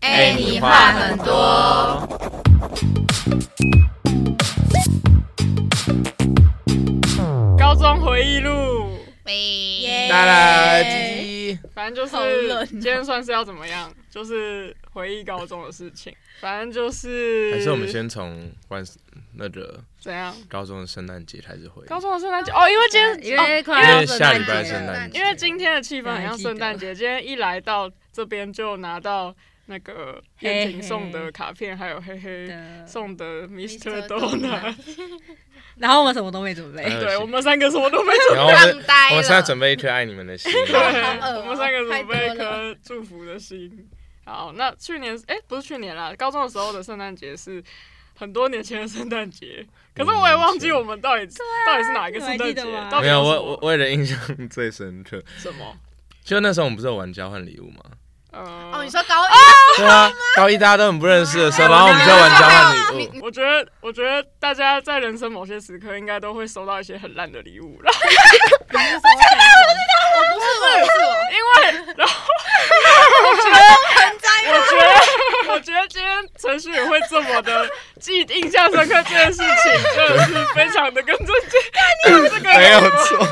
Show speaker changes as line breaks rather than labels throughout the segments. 哎、你话很多。
高中回忆录，
耶
哒啦，鸡鸡，
反正就
好
是、
冷哦
今天算是要怎么样，就是回忆高中的事情。反正就是
还是我们先从万斯那个
怎样？
高中的圣诞节开始回忆。
高中的圣诞节哦，因为今天
因
哦
为快要
因为下礼拜
圣
圣
诞
诞
节
节
因为今天的气氛很像圣诞节，今天一来到这边就拿到那个燕婷送的卡片，还有嘿嘿
了，
送的 Mr.
Mr.
Donut。
然后我们什么都没准备，
嗯
对我们三个什么都没准
然后我们
浪呆了
我们现在准备一颗爱你们的心。
备，
好恶哦
我们三个准备一
太多
颗祝福的心。好，那去年哎、不是去年啦，高中的时候的圣诞节是很多年前的圣诞节，可是我也忘记我们到底、到底是哪一个圣诞节
你还记得吗，
到底
没有，
什
我
么
我我有点印象最深刻，
什么？
就那时候我们不是有玩交换礼物吗？
呃，
哦，你说高一，
对啊，高一大家都很不认识的时候，然后我们就玩交换 礼物。
我觉得，我觉得大家在人生某些时刻应该都会收到一些很烂的礼物啦，
不是我，不是我，
因为，然后我觉得，我觉得，我觉得今天陈旭也会这么的记忆印象深刻这件事情，真的是非常的跟这件这个
没有错，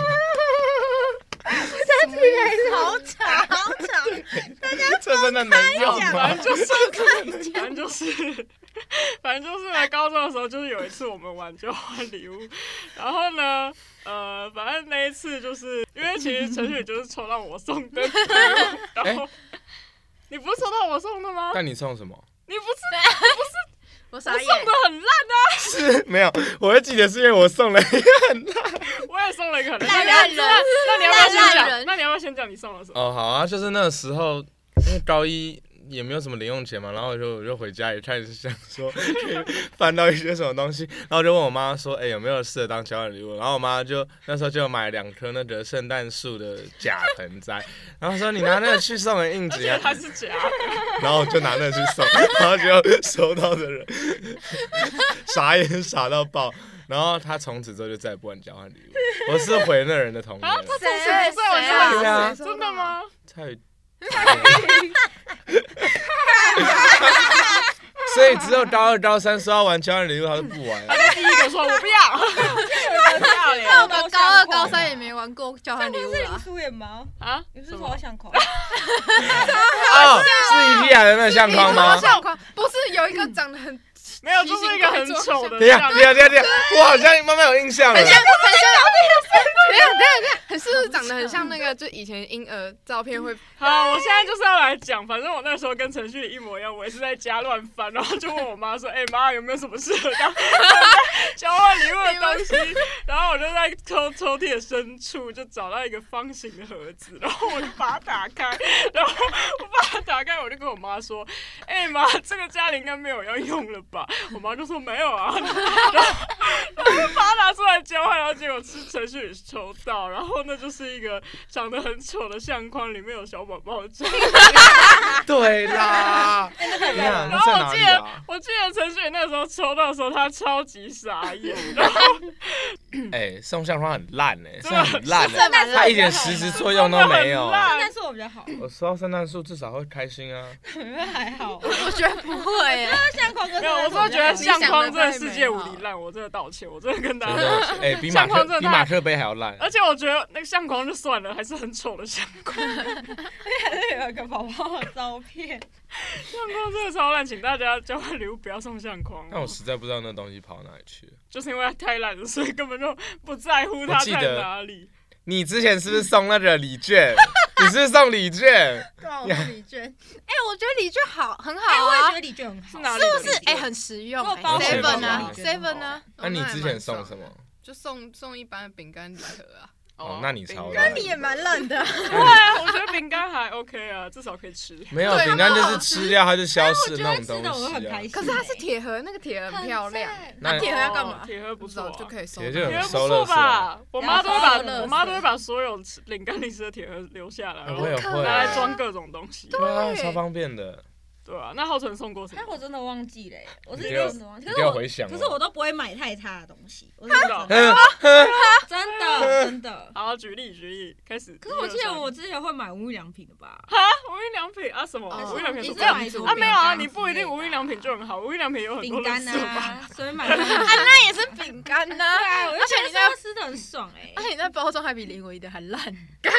好长，好长，
这真的能用吗
反？正就是，反正就是，反正就是来高中的时候，就是有一次我们玩交换礼物，然后呢，呃，反正那一次就是因为其实陈雪就是抽到我送的礼物，然后、 你不是抽到我送 的吗？
那你送什么？
你不是
我傻
我
眼，
送的很烂啊，
是没有，我会记得是因为我送了一个很大。
我也送了一个很
烂
烂
烂
的。
人
那你要不要先
烂烂
讲？
人
那你要不要先讲你送了什么？
哦，好啊，就是那时候因为高一也没有什么零用钱嘛，然后我就我就回家也开始想说 可以翻到一些什么东西，然后我就问我妈说，哎、有没有适合当交换礼物？然后我妈就那时候就买两棵那个圣诞树的假盆栽，然后说你拿那个去送人应
而
景
且
啊，
它是假的，
然后我就拿那个去送，然后就收到的人傻眼傻到爆。然后他从此之后就再也不玩交换礼物，我是回那人的童年
啊
了。
他从此不在玩交
谁啊
换
谁
礼物，真的？吗？
蔡 宇。所以只有高二、高三说要玩交换礼物，他都不玩。
他就第一个说我不要，
漂
那我们高二、高三也没玩过交换礼物
是你
啊。
敷衍吗？
啊，
你不是
什
说
么
我想狂？
哦，是伊利亚的那个相框吗？
相框不是有一个长得很
没有，就是一个很丑的
等一下，
相
等一下，等一下，等一下，我好像慢慢有印象了
很。像很像，等一下等一下等一下，很是不是长得很像那个就以前婴儿照片会
好，我现在就是要来讲，反正我那时候跟程序一模一样，我也是在家乱翻，然后就问我妈说：“哎、妈，有没有什么适 合当交换礼物的东西？”然后我就在抽抽屉的深处就找到一个方形的盒子，然后我就把它打开，然后我把它打开，我就跟我妈说：“哎、妈，这个家里应该没有要用了吧？”我妈就说：“没有啊。” 然后我就把它拿出来交换，然后结果是程序也抽到，然后那就是一个长得很丑的相框，里面有小宝宝的 照片。
啊对啦， 等一下，
然
那
后
在
我
哪
记
里
得
啊？，
我记得陈雪那时候抽到的时候，她超级 傻眼，然后
哎，送相框很烂哎，
真
真
啊
的
的很烂
圣
哎，
诞
它一点实质作用都没有
真的很。烂
但是我比较好，
我收到圣诞树至少会开心啊。
因为还好。
我觉得不会欸，
那像狂哥
没有，我真的觉得相
像
框这个世界无敌烂，我真的道歉，我真的跟大
啊
真
家
的
道歉。，
哎，比马
相框真
克
的
比
太
马克杯还要烂。
而且我觉得那个相框就算了，还是很丑的相框，
还是 有一个宝宝的照片，
相框真的超烂，请大家交换礼物不要送相框
但
哦。
我实在不知道那东西跑哪里去了。
就是因为它太烂了，所以根本就不在乎它
我记
在
得哦
哪里。
你之前是不是送那个礼券？你是不是送礼券？
对啊，我是李娟，
哎，我觉得李娟好很好
哎，我也
啊
觉，得李娟很好，
是哪里
是
的
不是？哎，很实用
我有包
红包
，seven 啊
我觉
得
，seven 啊。
那你之前送
么？
什么？
就送送一般的饼干礼盒啊。
哦那你超烂
饼干
那你也
蛮烂的，
对啊，我觉得饼干还 OK 啊，至少可以吃。
没
啊
有饼干就是吃掉它就消失那种
吃的哎我
东
会很
西啊
开。心。
可是它是铁盒，那个铁盒很漂亮。
那
铁盒要干嘛
哦铁盒不
不知
错
道
啊，
就可以收
铁盒 就
铁
很有
盒不
收
错
垃圾啊
吧？我妈都会把
然后收垃圾
我妈都会把所有吃饼干零食的铁盒留下来，然
嗯
后
我也
可
会
拿
啊，
来装各种东西。
对啊，超方便的。
对啊，那浩辰送过什
但
么？
哎我真的忘记了耶，我是
你
真
给我
的忘记。
你
可
给
是
我
我
回想哦。
可是我啊都不会买太差的东西，我是真的
嗯，
真 的真的。
好，举例举例，开始。
可是我记得我之前会买无印良品的吧？
哈，无印良品啊什么？
哦
无印良品
你
是
是
这样
买什么
啊没有啊，
饼干
你不一定无印良品就很好，无印良品有很多
饼
类
干
似的 吧。
啊，随便买。对
啊，那也是饼干呐、
啊，我就
而且
觉得
你那
这个吃的很爽 哎
而，且你那包装还比林唯一的还 烂。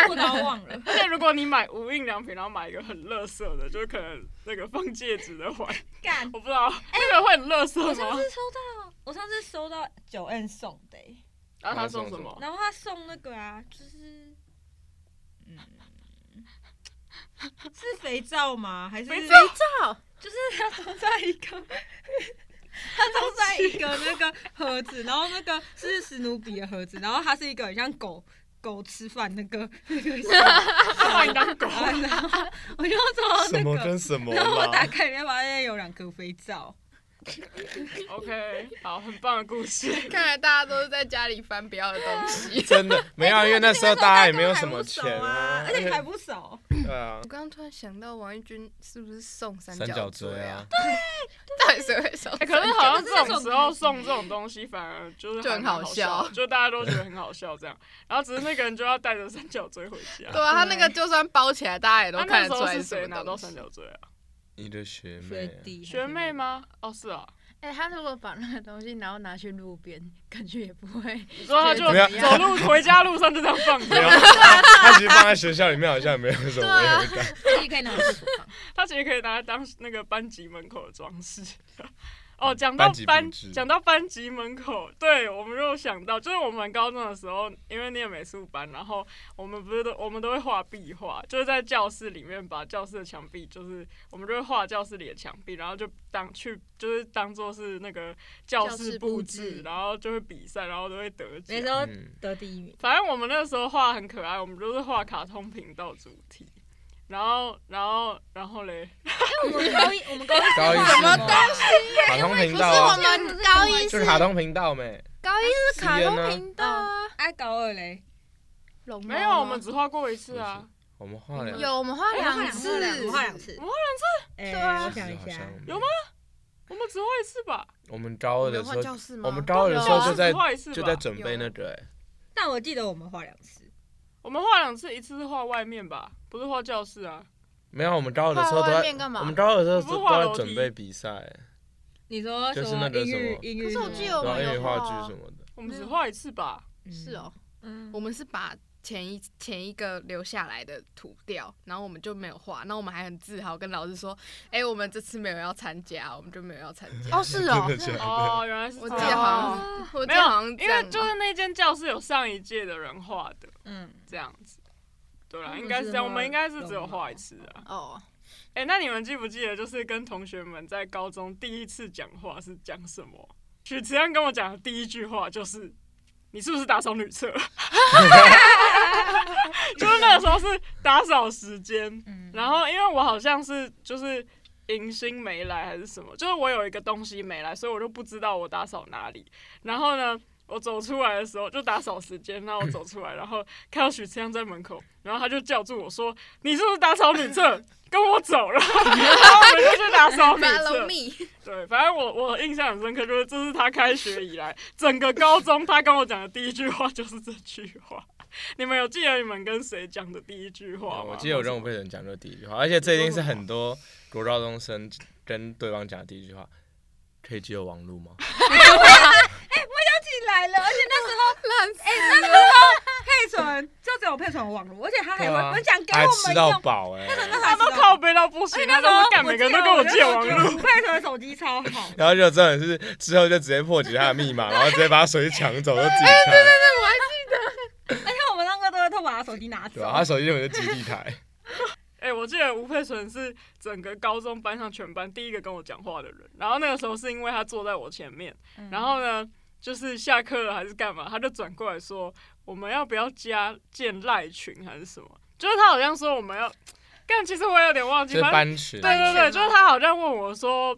我都忘了。
而且如果你买无印良品，然后买一个很乐色的，就是可能那个放戒指的环，
干，
我不知道那个会很乐色
哎我上
吗？
次收到，我上次收到九 N 送的耶、
然后啊他
他送
送什
什么
么？
然后他送那个啊，就是，嗯，是肥皂吗？还是
肥
肥皂，
就是他装在一个，他装在一个那个盒子，然后那个是史努比的盒子，然后它是一个很像狗狗吃饭那个那个小
他把你当 狗。
碗，然后我就
什
装
么
那个。
跟什么
然后 我打
啦？
开里面发现哎有两颗肥皂，
OK，好，很棒的故事。
看来大家都是在家里翻不要的东西。
真的没有啊，因为那时
哎
候大家也没有什么
而且
钱
那时候大家都还不熟啊，而且还不熟。
对啊
我，刚刚突然想到，王一军是不是送三
三角锥
锥
啊？，
到底谁会 送三角
欸
锥？
可是好像
可是那
这种
时候
时候送这种东西反而就是
就
还
很
蛮
好
好
笑
就大家都觉得很好笑这样。然后只是那个人就要带着三角锥回家。
对啊，他那个就算包起来，大家也都
他那
看
时
得出
候
来
是
是
谁
什
拿
么
到
东
三
西。
角锥啊？
你的学
学
妹，啊
弟
学妹？吗？哦，是啊。
哎、他如果把那个东西然后拿去路边，感觉也不会。
你说他就
没有
走路回家路上就这样放
没有，啊
着，
他其实放在学校里面好像也没有什么违和感。
自己可以拿去厨房。
他其实可以拿来当那个班级门口的装饰。 哦，讲到
班级
班
布置
讲到班级门口，对我们就想到，就是我们高中的时候，因为念美术班，然后我们不是都我们都会画壁画，就是在教室里面把教室的墙壁，就是我们就会画教室里的墙壁，然后就当去就是当做是那个教
教
室
室
布
布
置
置，
然后就会比赛，然后都会得奖
那。时候
嗯
得第一名，
反正我们那时候画很可爱，我们就是画卡通频道主题，然后然后然后嘞，
我们高一，我们高一
高一
什么
是
东
卡通频
不是
道
我
啊，
们高一
就是卡通频道没。
高一是卡
实验啊
通频道啊，
啊，高二嘞，
龙猫
没
哦
有，我
吗
们只画过一次啊。
我们画了，
有我们画两
次，
次，
我画两次，
我
画两次。
对
哎，
啊
我想一下，
有吗？我们只画一次吧，
我们招二的时
换
候，
教室吗？
我们招二的时
有
候
啊
就在
只画一次吧
就在准备那个哎，
但我记得我们画两次，
我们画两次，一次是画外面吧，不是画教室啊。
没有，我们招二的时候都
画外
在
面干，嘛
我们招二的时候
我们
都
不画
都
楼
在
梯
准备比赛，
你说
就是
什么
那个
英
什
语
么
英语
可
什
是
么，
我记得我
对啊，
们
英语
有
话
画啊
剧什么的。
我们只画一次吧，
是哦，
嗯，
我们是把前一前一个留下来的涂掉，然后我们就没有画，然后我们还很自豪跟老师说，哎、我们这次没有要参加，我们就没有要参加。
哦是 哦，
真的假的？
哦，原来是
我
这
记得
样
好像
哦
我记
没
得
有
好像这
因
样
为
吧
就是那间教室有上一届的人画的
嗯，
这样子。对啦，
他们
应该是这样，
是
我
画
们应该是只有
龙猫
画一次啊。
哦，
哎、那你们记不记得，就是跟同学们在高中第一次讲话是讲什么？许慈安跟我讲的第一句话就是：“你是不是打扫女厕？” 就是那个时候是打扫时间，
嗯
然后因为我好像是就是迎新没来还是什么，就是我有一个东西没来，所以我就不知道我打扫哪里。然后呢，我走出来的时候就打扫时间，然后我走出来，然后看到许志阳在门口，然后他就叫住我说：“你是不是打扫女厕？跟我走了。” 然后我们就去打扫 女
Follow
厕。
me，
对，反正我我印象很深刻，就是这是他开学以来整个高中他跟我讲的第一句话就是这句话。你们有记得你们跟谁讲的第一句话吗？
我记得我跟我被人讲这第一句话，而且这一定是很多国高中生跟对方讲的第一句话。可以借我网路吗？
进来了， 而且那时候
烂死！
配存就只有配存网络，而且他还会
啊
分享给
还
我
吃
们
到
用。
饱哎！
那时
他
候
都靠背到不行，
哎那
他
时
都
候
是干每个人都跟我借网路。
络， 配存手机超 好，
然后就真的是之后就直接破解他的 密码，然后直接把他手机抢走，就自己开，
而且我们那个都会偷把他手机拿走
对。吧？啊他手机有个基 地台，
哎、我记得吴佩纯是整个高中班上全班第一个跟我讲话的人。然后那个时候是因为他坐在我前面，
嗯
然后呢，就是下课了还是干嘛，他就转过来说我们要不要加建赖群还是什么？就是他好像说我们要，干，其实我有点忘
就
记，
是
反正
班群。啊
对对对，就是他好像问我说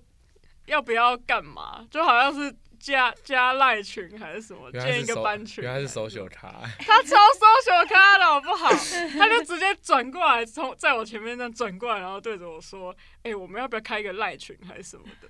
要不要干嘛，就好像是加加赖群还是什么，
原来
建
是
一个
手
班群，
原来是手朽茶，
他超 social 咖的好 不好？他就直接转过来，从在我前面这样转过来，然后对着我说：“哎、我们要不要开一个赖群还是什么的？”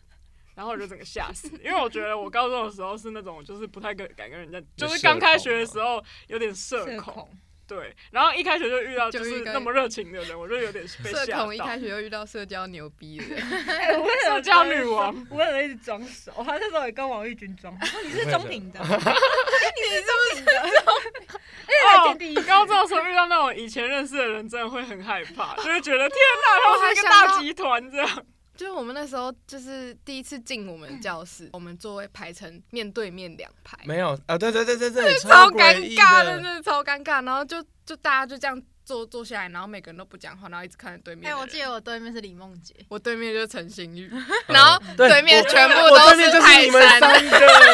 然后我就整个吓死，因为我觉得我高中的时候是那种就是不太敢敢跟人家，就是刚开学的时候有点社
社
恐，
恐，
对。然后一开学就遇到
就
就是
一个
那么热情的人，我就有点被
社
吓到
恐一。开始就遇到社交牛逼的，
哎我也有
社交女王，
我也有一直装熟，他那时候也跟王玉君装，我说哦你是中鼎的， 哦你是中 鼎的，哎，还见第一次，
高中的时候遇到那种以前认识的人，真的会很害 怕，就会觉得天啊哪，他们是一个大集团这样。
就是我们那时候就是第一次进我们教室，我们座位排成面对面两排，
没有啊？对对对 对对，
超
诡
尴
异
尬的，真
的。
的超尴尬。然后就就大家就这样坐坐下来，然后每个人都不讲话，然后一直看着对面
哎、
的人。
我记得我对面是李梦洁，
啊
我对面就是陈星 宇，然后对面
嗯我
全部
我
都
对面就是
泰
你们
山，
三 个，
然
然
后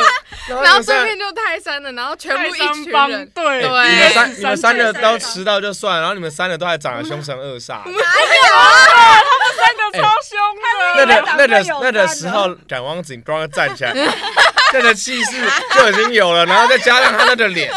你们
对
三
面就泰山的，然后全
泰
部一
山
群
帮
人，
对，
对
你们三
泰
你们三个
泰
都迟到就算，然后你们三个都还长得凶神恶煞。
三个超凶
那个
的，
那
长得
个
有
那个时候，蒋汪景装站起来，那个气势就已经有了，然后再加上他那个脸，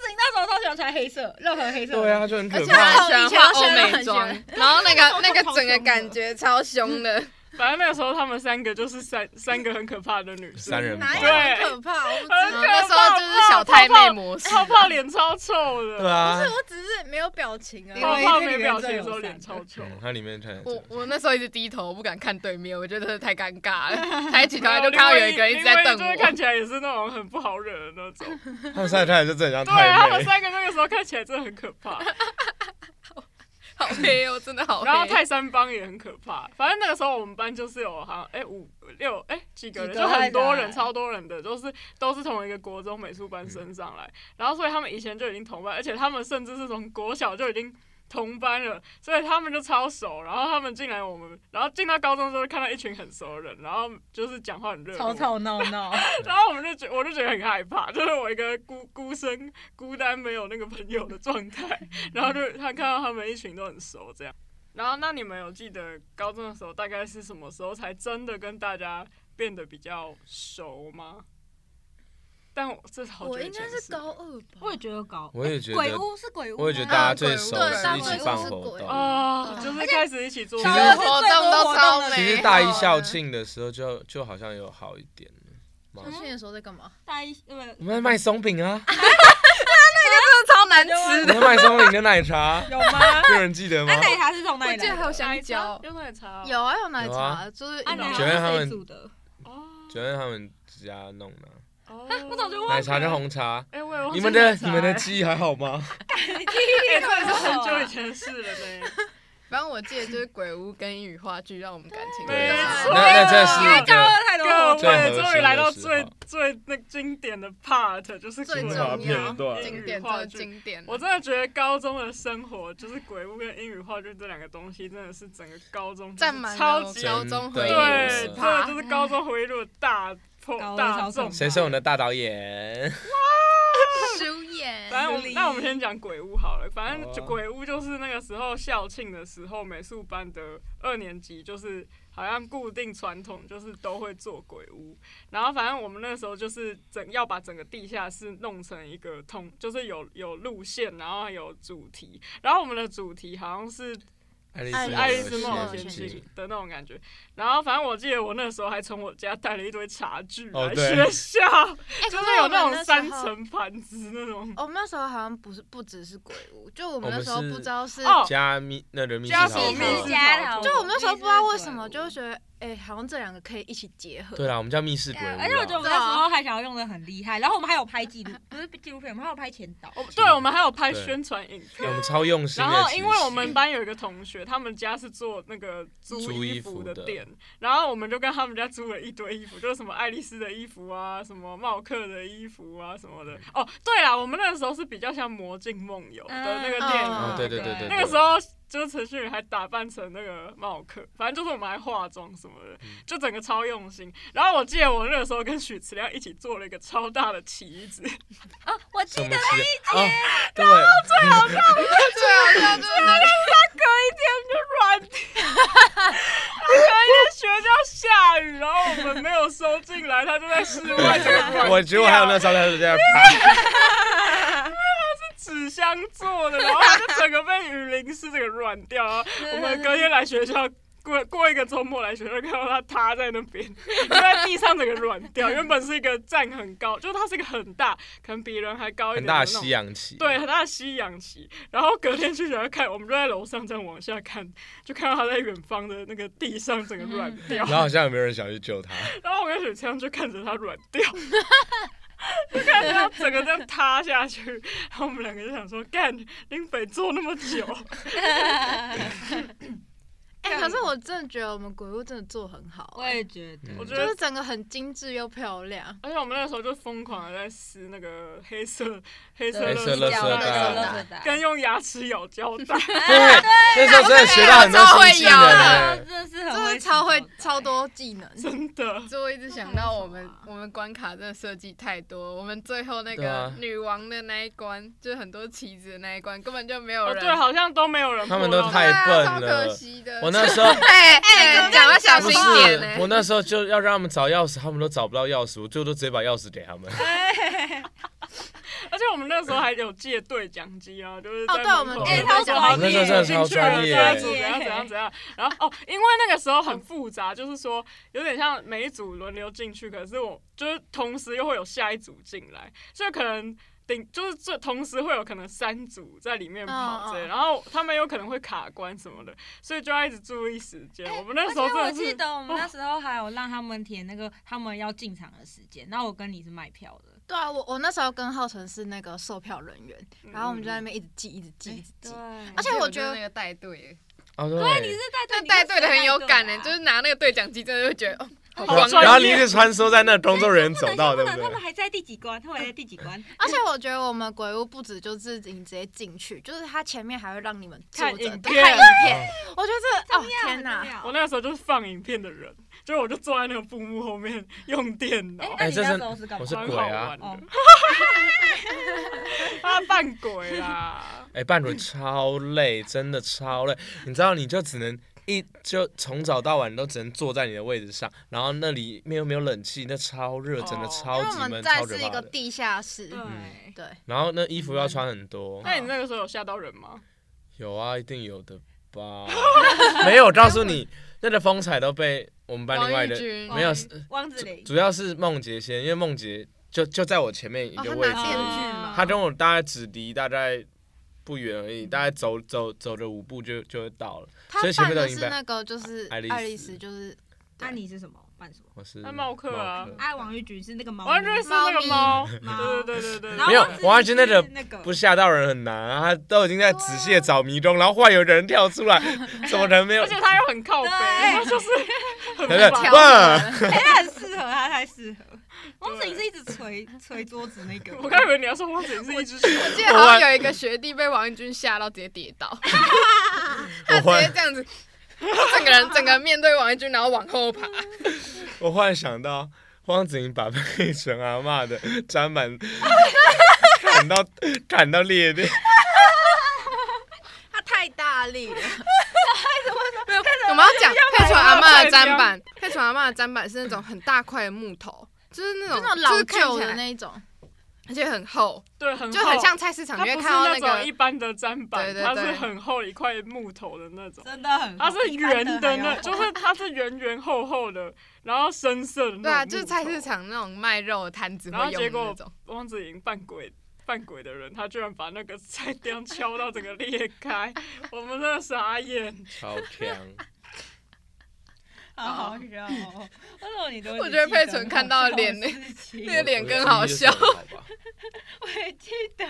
自己那时候超喜欢穿黑色，任何黑色，
对，啊，就很可
而且
他
怕。
很喜欢画欧美妆，然后那 个那个整个感觉超凶的，
反正那个时候他们三个就是三三个很可怕的女生，
三人
哪
帮
有很
对
可怕？我不知
很
道
嗯
可，
那时候就是小太妹模式，
泡泡脸超臭
对
的，
啊，
我只是没有表情
因为
啊。
泡泡没表情的时候脸超臭。
嗯，它里面看
我我那时候一直低头，我不敢看对面，我觉得真的太尴尬 了。抬起头啊来就看到有一个人一直在瞪
就是
我
看，起来也是那种很不好惹的那种。
他们三个看起来就真的像
对啊，他
太
们
妹，
三个那个时候看起来真的很可怕，
好黑哦，真的好
然后
黑。
泰山帮也很可怕。反正那个时候我们班就是有好像哎五六哎几个人，
几
就
个
很多
人
人，超多人的，就是都是同一个国中美术班升上来，然后所以他们以前就已经同班，而且他们甚至是从国小就已经。同班了，所以他们就超熟。然后他们进来我们，然后进到高中之后，看到一群很熟的人，然后就是讲话很热络，
吵吵闹闹，
然后我们就觉，我就觉得很害怕，就是我一个孤孤身、孤单、没有那个朋友的状态。 然后就他看到他们一群都很熟这样。然后那你们有记得高中的时候大概是什么时候才真的跟大家变得比较熟吗？但我这好久
我
以
应该
前
是高二
我
吧
也，觉得高，
我也觉
鬼
得，
屋是鬼屋吗，
我也觉得大家最熟
对
是
大
一
家
起
最
办
熟是
活
鬼
动。
哦，就是开始一起做
其
啊
所
实
有哦活动都超美好的
其实大一校庆的时候就就好像有好一点了嘛
嗯
我。去年的时候在干嘛？
大一呃
我们在卖松饼啊，
真的超难吃
我
的。
们在卖松饼跟奶茶，
有吗？
有人记得吗
安？啊奶茶是从哪里
我记得
来
还有
的？
香蕉，
用奶茶哦
有啊，有奶
有啊
茶，就是
安奶
觉得他
茶是
们
谁煮的？
哦
觉得他们家弄的啊
哦，
我早就忘了
奶茶跟红茶。
哎，我也忘记
你们的
奶茶
你们的
哎
记忆还好吗？
这也是很久以前的事了呢。
反正我记得就是鬼屋跟英语话剧让我们感情更
没
好
错
那那这
因为
是一
高
个
二太多
各
活动，
最
位啊终
核
于
心
来到
的时
最
候
最那经典的 part，就是
最
鬼
重
屋
要片
段
经典，真的经典。
我真的觉得高中的生活就是鬼屋跟英语话剧这两个东西，真的是整个高中
占满
超
了我
级
真
高
的
中回忆五
对，
十
真的
趴
就，是高中回忆录的大破
高中
大
超
众。
谁是我们的大导演？
主演
反正我们
实力
那我们先讲鬼屋好了，反正就
好啊
鬼屋就是那个时候校庆的时候，美术班的二年级就是好像固定传统就是都会做鬼屋，然后反正我们那时候就是整要把整个地下室弄成一个通，就是有有路线，然后还有主题，然后我们的主题好像是
爱丽
是
爱丽
丝
丝
梦
梦
游
啊
游
仙
仙
境
境的那种感觉。然后反正我记得我那时候还从我家带了一堆茶具
哦
来
对
学校，
哎
就
可
是有
我们
那
时候
种三层盘子那种。
我们那时候好像不是不只是鬼屋，就我们
我们
那时候
是
不知道是，
哦
加密那个密室
加
逃
什么密
脱
室？
家
就我们那时候不知道为什么，
就
就会觉得哎、好像这两个可以一起结合。
对啊啦，我们叫密室鬼
哎
而且我觉得
屋
我们那时候还想要用的很厉害，然后我们还有拍纪录，不是纪录片，我们还有拍前导。
我对，我们还有拍
对
宣传影
啦，
片
我。们超用心
然
的。
后，因为
其
我
实
们班有一个同学，他们家是做那个
租
租
衣
衣
服
服的
的
店，然后我们就跟他们家租了一堆衣服，就是什么爱丽丝的衣服啊，什么茂克的衣服啊什么的。
嗯
哦，对啦，我们那个时候是比较像《魔镜梦游》的那个电影，
嗯
哦，对对对对，
那个时候就是陈旭宇还打扮成那个帽客，反正就是我们还化妆什么的，
嗯
就整个超用心。然后我记得我那个时候跟许慈亮一起做了一个超大的旗子，
哦我
什
记
么
得
期啊？
对
对，
啊，对啊，
软体。然后那天学校下雨，然后我们们没有收进来，它就在室外整个软
我结果还有那个
掉
烧开水在那 爬，
纸箱做的，然后它就整个被雨淋湿，整个软掉啊。我们隔天来学校。过过一个周末来学校，看到它塌在那边， 就在地上整个软 掉。原本是一个站很高，就是它是一个很大，可能比人还高一点
很
的那
大
种
吸氧气。
对，很大的吸氧旗。然后隔天去学校看，我们就在楼上这样往下看，就看到他在远方的那个地上整个软掉。
然后好像也没有人想去救他，
然后我跟水枪就看着他软掉， 就看着他整个这样塌下去。然后我们两个就想说，干林北坐那么久，
哎、可是我真的觉得我们鬼屋真的做很好、
欸
我也觉
嗯
得，
我觉
就
得
是整个很精致又漂亮。
而且我们那时候就疯狂的在撕那个黑色黑色
黑色垃
垃
圾
圾
袋
袋，跟用牙齿咬胶 带。
对，那时候真的学到很多新技能
啊
欸。
真的是
真
很
的
会
超会
洗脑的
超多技能，
真的，
所以我一直想到我们我们关卡真的设计太多，我们最后那
对
个
啊
女王的那一关，就是很多棋子的那一关，根本就没有
哦
人。
对，好像都没有人
他
碰
们
到。
都太
对啊超
笨了
可惜的。
我那时 候
哎哎，讲话小
不
心
是
一点呢。
我那时候就要让他们找钥匙，他们都找不到钥匙，我最后都直接把钥匙给他们。
而且我们那时候还有借对讲机啊，就是
哦
在
对我
门
们
口
借
哎
然
对
后
讲
说
机
啊
那时
真
候
的超
进去了
专业
家族怎样怎样怎样。然后哦，因为那个时候很复杂，就是说有点像每一组轮流进去，可是我就是同时又会有下一组进来，所以可能。顶就是这同时会有可能三组在里面跑之类的，
嗯嗯
然后他们有可能会卡关什么的，所以就要一直注意时间。我们那
哎而
时
且
候真
我
的
记
是，
得我们那时候还有让他们填那个他们要进场的时间，那我跟你是卖票的，
对啊，我我那时候跟浩辰是那个售票人员，
嗯
然后我们就在那边一直记，一直记，一直记。
而
而且我
就
觉
是
得
那个带队，
哦，对
你是带队，
那
你
带队的很有感呢，
带
就
队啊
是拿那个对讲机，真的就觉得哦，好
好
光荣
啊
专业
然后你一直穿梭在那工作人员走 道，
不
对
能
不
他
对
们？还在第几关，他们还在第几关，
而且我觉得我们鬼屋不止就是你直接进去，就是它前面还会让你们坐
看
着
影
对
片
看影片。我觉得这哦天
哪
哪，！
我那时候就是放影片的人，就是我就坐在那个布幕后 面用电脑，
那
哎
你
这
那
是
时候是干嘛
我？是
蛮
鬼
好
啊
玩的。
哦，
他扮鬼啊 啦，
哎，扮鬼超累，真的超累。你知道，你就只能一就从早到晚都只能坐在你的位置上，然后那里面又没有冷气，那超热，真的
哦
因
超
为我
级
们
闷，
在
超可
是一
怕
个
的。
地下室，
嗯对，
对，
然后那衣服又要穿很多，
那你那个时候有吓到人吗？
有啊，一定有的 吧？没有，我告诉你，那个风采都被我们班另外
王玉
的
君
没有
哦
是
汪子玲，
主要是梦杰先，因为梦杰就就在我前面一
他
个
拿
位
电
置而
啊
已，
锯嘛，
他跟我大概只离大概不远而已，大概走走走着五步就就会到了。
他
所以前
扮
面都
的
已经
是
被
那个就是
爱丽丝
爱丽丝，就是
那你是什么？扮什么？
我是
那茂克啊
爱王玉君是那个毛，
完全是那个猫，对对对对对，
然后
没有
汪子玲
王玉君那个
是那个
不吓到人很难啊，他都已经在仔细的找迷宫，然后忽然有一个人跳出来，怎么可能没有
而？且他又很靠背，
对
他就是很
对不
棒
对？哇，
哎他很适合，他太适合。汪子玲是一直捶捶桌子那个，
我刚以为你要说汪子玲是一只熊，
我记得好像有一个学弟被王一军吓到直接跌倒，
我
他
忽
直接
然
这样子，他整个人整个面对王一军，然后往后爬。
我忽然想到。汪子莹把被陈阿嬷的砧板砍到砍到裂掉，
他太大力了，
我们要讲佩纯阿嬷的砧
买
板，佩纯阿嬷的砧板是那种很大块的木头，就是那
就
种
那
就
种
是
老
看
旧
起
的
来，
那一种，
而且很厚，
对，很
就很像。菜市场，
它
你
不
会
是
看到
那
那
种一
个
般的砧板，
对对
它
对
是很厚一块木头的那种，
真的很好，
它是圆
哦
的那，就
一般还要
是它是圆圆厚厚的，然后深色的那种。
对啊，就是菜市。场那种卖肉的摊子
然后
会用
结
的那
果
种。
汪子莹扮鬼扮鬼的人，他居然把那个菜刀敲到整个裂开， 我们真的傻眼。
超强！
好好笑哦。为什么你都？
我觉得佩纯看到的脸那个脸更好笑。
我也记得。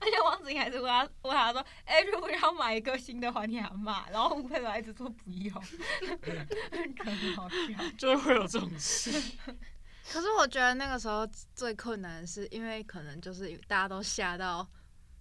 而且王子颖还是问他，问他说：“哎、如果要买一个新的还你阿妈，然后吴佩伦一直说不 用，很好笑。
就是会有这种事。
可是我觉得那个时候最困难的是，因为可能就是大家都吓到，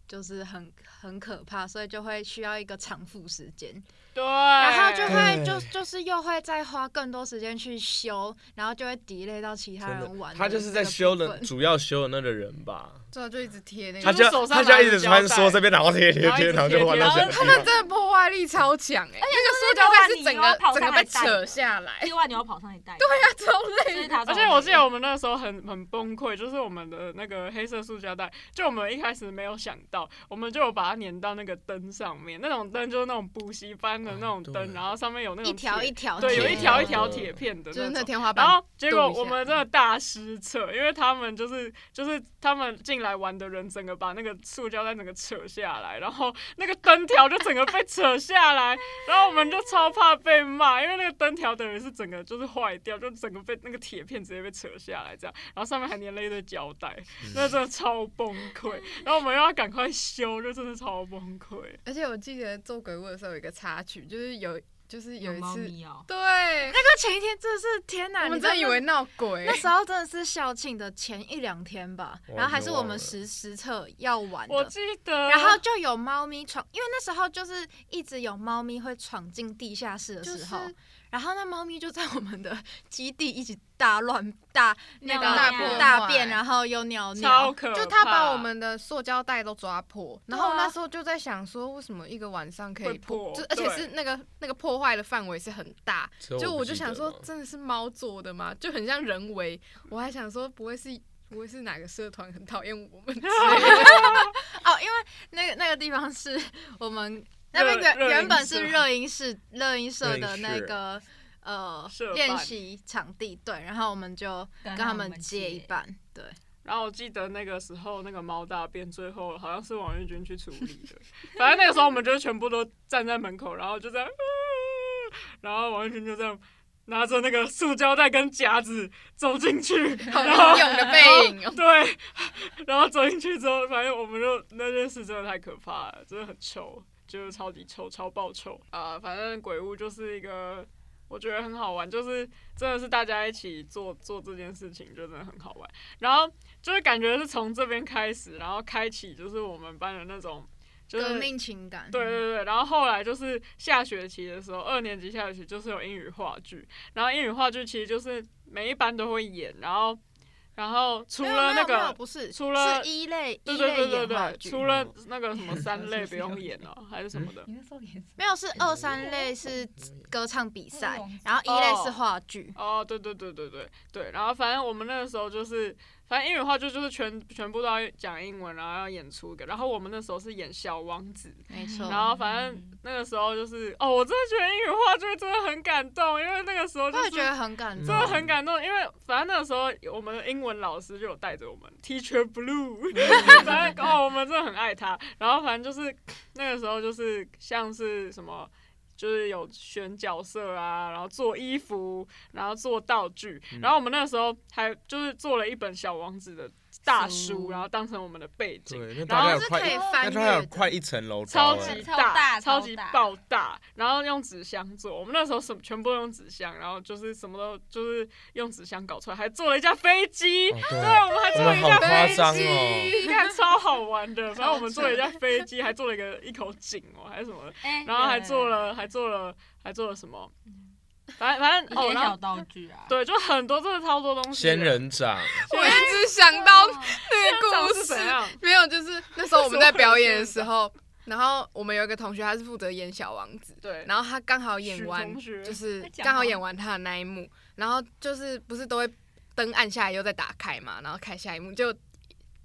就是很很可怕，所以就会需要一个偿付时间，
对，
然后就
对
会就就是又会再花更多时间去
哎
修，然后就会 delay 到其他
真的
人玩。
他就是在修的，主要修的那个人吧？
对啊，就一直贴那
他
个。
就
手上
他就要
拿
一
着
直
胶
穿梭
带
这边，然后贴贴
然后一
贴，
直
然后就
贴
换
贴
到
然
下
后
一
他
个
们真的破坏力超强哎、那个塑胶袋是整个整个被扯下来，对
另外你要跑上一带，
呀、超
这
累
是
的。
他。
而且我记得我们那时候很很崩溃，就是我们的那个黑色塑胶袋，就我们一开始没有想到，我们就有把它粘到那个灯上面，那种灯就是那种补习班的那种
啊
灯，
对
然后上面有那种
一条
铁
一条
对，有
贴
一
的
条一条铁片的
就是那
那种。
天花板
然，后结果
度一下
我们真的大失策，因为他们就是就是他们进来玩的人，整个把那个塑胶袋整个扯下来，然后那个灯条就整个被扯下来，然后我们就超怕被骂，因为那个灯条等于是整个就是坏掉，就整个被那个铁片直接被扯下来这样，然后上面还粘了一堆胶带，
嗯
那真的超崩溃，然后我们又要赶快修，就真的超崩溃。
而且我记得做鬼屋的时候有一个插曲，就是有就是有一
猫
次，
咪哦，
对，
那个前一天真的是天哪，
我们
你知道
真以为闹鬼
那。时候真的是校庆的前一两天吧，
我
然后还
已
是
经
我
忘
们
了
实实测要玩
我
的。
记得，
然后就有猫咪闯，因为那时候就是一直有猫咪会闯进地下室的
就
时候，
是
然后那猫咪就在我们的基地一起大乱大那个
大便
大便，然后又尿
超
尿，
可怕，
就他把我 们的塑胶袋都抓破，然后
对啊
那时候就在想说，为什么一个晚上可以
会破
就而且
对
是那个那个破坏的范围是很大，
之后
就
不
我就
记
想
得
说
了，
真的是猫做的吗？就很像人为，我还想说不会是不会是哪个社团很讨厌我们之类的，
哦，因为那个那个地方是我们那边
热
原
热音
原本是
社
热音室热音社的
热音
那
室
个呃
社办
练习场地，对，然后我们就跟他们借哎一半，对，
然后我记得那个时候那个猫大便，最后好像是王玉君去处理的。反正那个时候我们就全部都站在门口，然后就这样，呃然后王玉君就这样拿着那个塑胶袋跟夹子走进去，
好
然后
英勇的背影哦。
对， 然后走进去之后，反正我们就那件事真的太可怕了，真的很臭，就是超级臭，超爆臭啊、反正鬼屋就是一个。我觉得很好玩，就是真的是大家一起做做这件事情，就真的很好玩。然后就是感觉是从这边开始，然后开启就是我们班的那种，就是
革命情感，
对对对，然后后来就是下学期的时候，二年级下学期就是有英语话剧，然后英语话剧其实就是每一班都会演，然后然后除
没有
了
没
那
有没有
个。
不是，
除了
是一类
对
一
对对
类
对
演话
对，
剧，哦
除了那个什么三类不用演哦，还是什么的，
嗯
你那时候也是
没有是二三类是歌唱比赛
嗯，
然后一类是话剧，
哦，对对对对对对，然后反正我们那个时候就是，反正英语话剧就是全全部都要讲英文，然后要演出个，然后我们那时候是演小王子，
没错
然后反
嗯
正那个时候就是，哦，我真的觉得英语话剧真的很感动，因为那个时候就
我也
是
觉得很感
嗯
动，
真的很感动，因为反正那个时候我们的英文老师就有带着我们 Teacher Blue，反正哦，我们真的很爱他。然后反正就是那个时候就是像是什么。就是有选角色啊，然后做衣服，然后做道具，然后我们那时候还就是做了一本《小王子》的大书，
书
然后当成我们的背景，
对，那
然
大
后
概有
是
快
可以
一，
翻
那大概
阅
有
的。
快一层楼
超
高哎，
级
超
大，
大
超
超
级
大
爆大，然后用纸箱做。我们那时候什么全部都用纸箱，然后就是什么都就是用纸箱搞出来，还做了一架飞机。
哦对
对，我们还做了一
我们
架
好夸
飞
张哦
机，看超好玩 的。反正我们做了一架飞机，还做了一个一口井哦，还是什么 的，
哎
然后还做了还做了还做了什么，反正反
一
正哦，
些
然
小
后
道具啊，
对，就很多真的超多东西的。
仙人掌，
我一直想到
哇
那个故
是
事
怎，样？
没有，就是那时候我们在表演的时候，然后我们有一个同学，他是负责演小王子，
对，
然后他刚好演
许
完
同，学
就是
在讲
刚好
话
演完他的那一幕，然后就是不是都会灯按下来又再打开嘛，然后开下一幕就。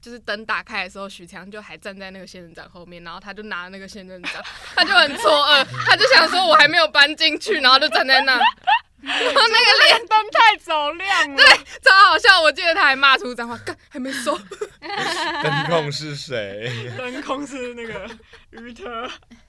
就是灯打开的时候，许强就还站在那个仙人掌后面，然后他就拿那个仙人掌，他就很错愕，他就想说我还没有搬进去，然后就站在那，然后那个脸
灯太走亮了。对，
超好笑，我记得他还骂出脏话，干还没收，
灯控是 谁？
灯控是那个鱼 特。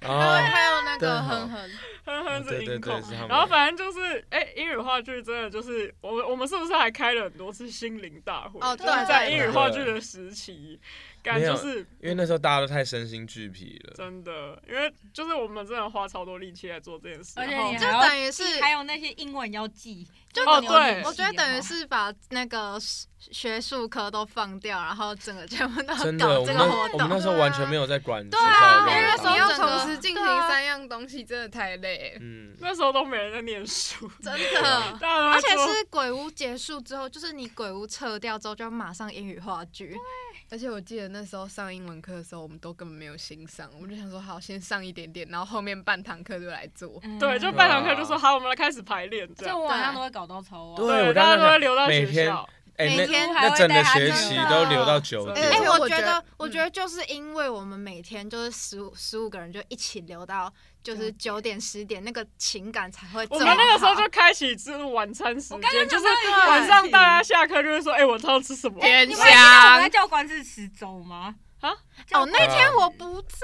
还有
哦，
还有那
对
个
好
哼哼，
哼哼
嗯
是
对对
音
对
控
是他，们
啊然后反正就是，哎、英语话剧真的就是，我们我们是不是还开了很多次心灵大会？
哦
就
对
是在
对
英语话剧的时期，感觉就是
因为那时候大家都太身心俱疲了。
真的，因为就是我们真的花超多力气来做这件事，
而且
然后
你
就
还要
等于是
还有那些英文要记，就
哦
你要
对
练习
我觉得等于
哦
是把那个学术科都放掉，然后整个全部都
真的，
搞
我
这
们
个
那
活
我们那
动。
时候完全没有在管学
对
校
啊
的
因为
任
那
何
时候
你要
东西
整个
同时进行
对啊
三样东西，真的太累了。
嗯，
那时候都没人在念书，
真的，
大家
而
都在
且
做
是鬼屋结束之后，就是你鬼屋撤掉之后，就要马上英语话剧，
而且我记得那时候上英文课的时候，我们都根本没有欣赏，我们就想说好先上一点点，然后后面半堂课就来做。
对，就半堂课就说好，我们来开始排练这
这
样。
嗯我晚上都会搞到超啊。
对我
大家
刚刚
都会留到
每
学
天
校。
哎、
每
那
天
还
那
会
整个
带他
学
真
期
的
都留到九
而
而
点
对
且
且。
哎我
我
觉
觉
得嗯
得，
我觉得就是因为我们每天就是十五十五个人就一起留到就是九点十点，那个情感才会这
我
么
们
好。
那个时候就开启这个晚餐时
我刚刚
间，就是
讲到一个
晚上
事
大家下课就会说：“哎，晚上要吃什么？”
天
你们还记得我
香
们在，教官室吃粥吗？
啊？
哦，那天
啊
我不在，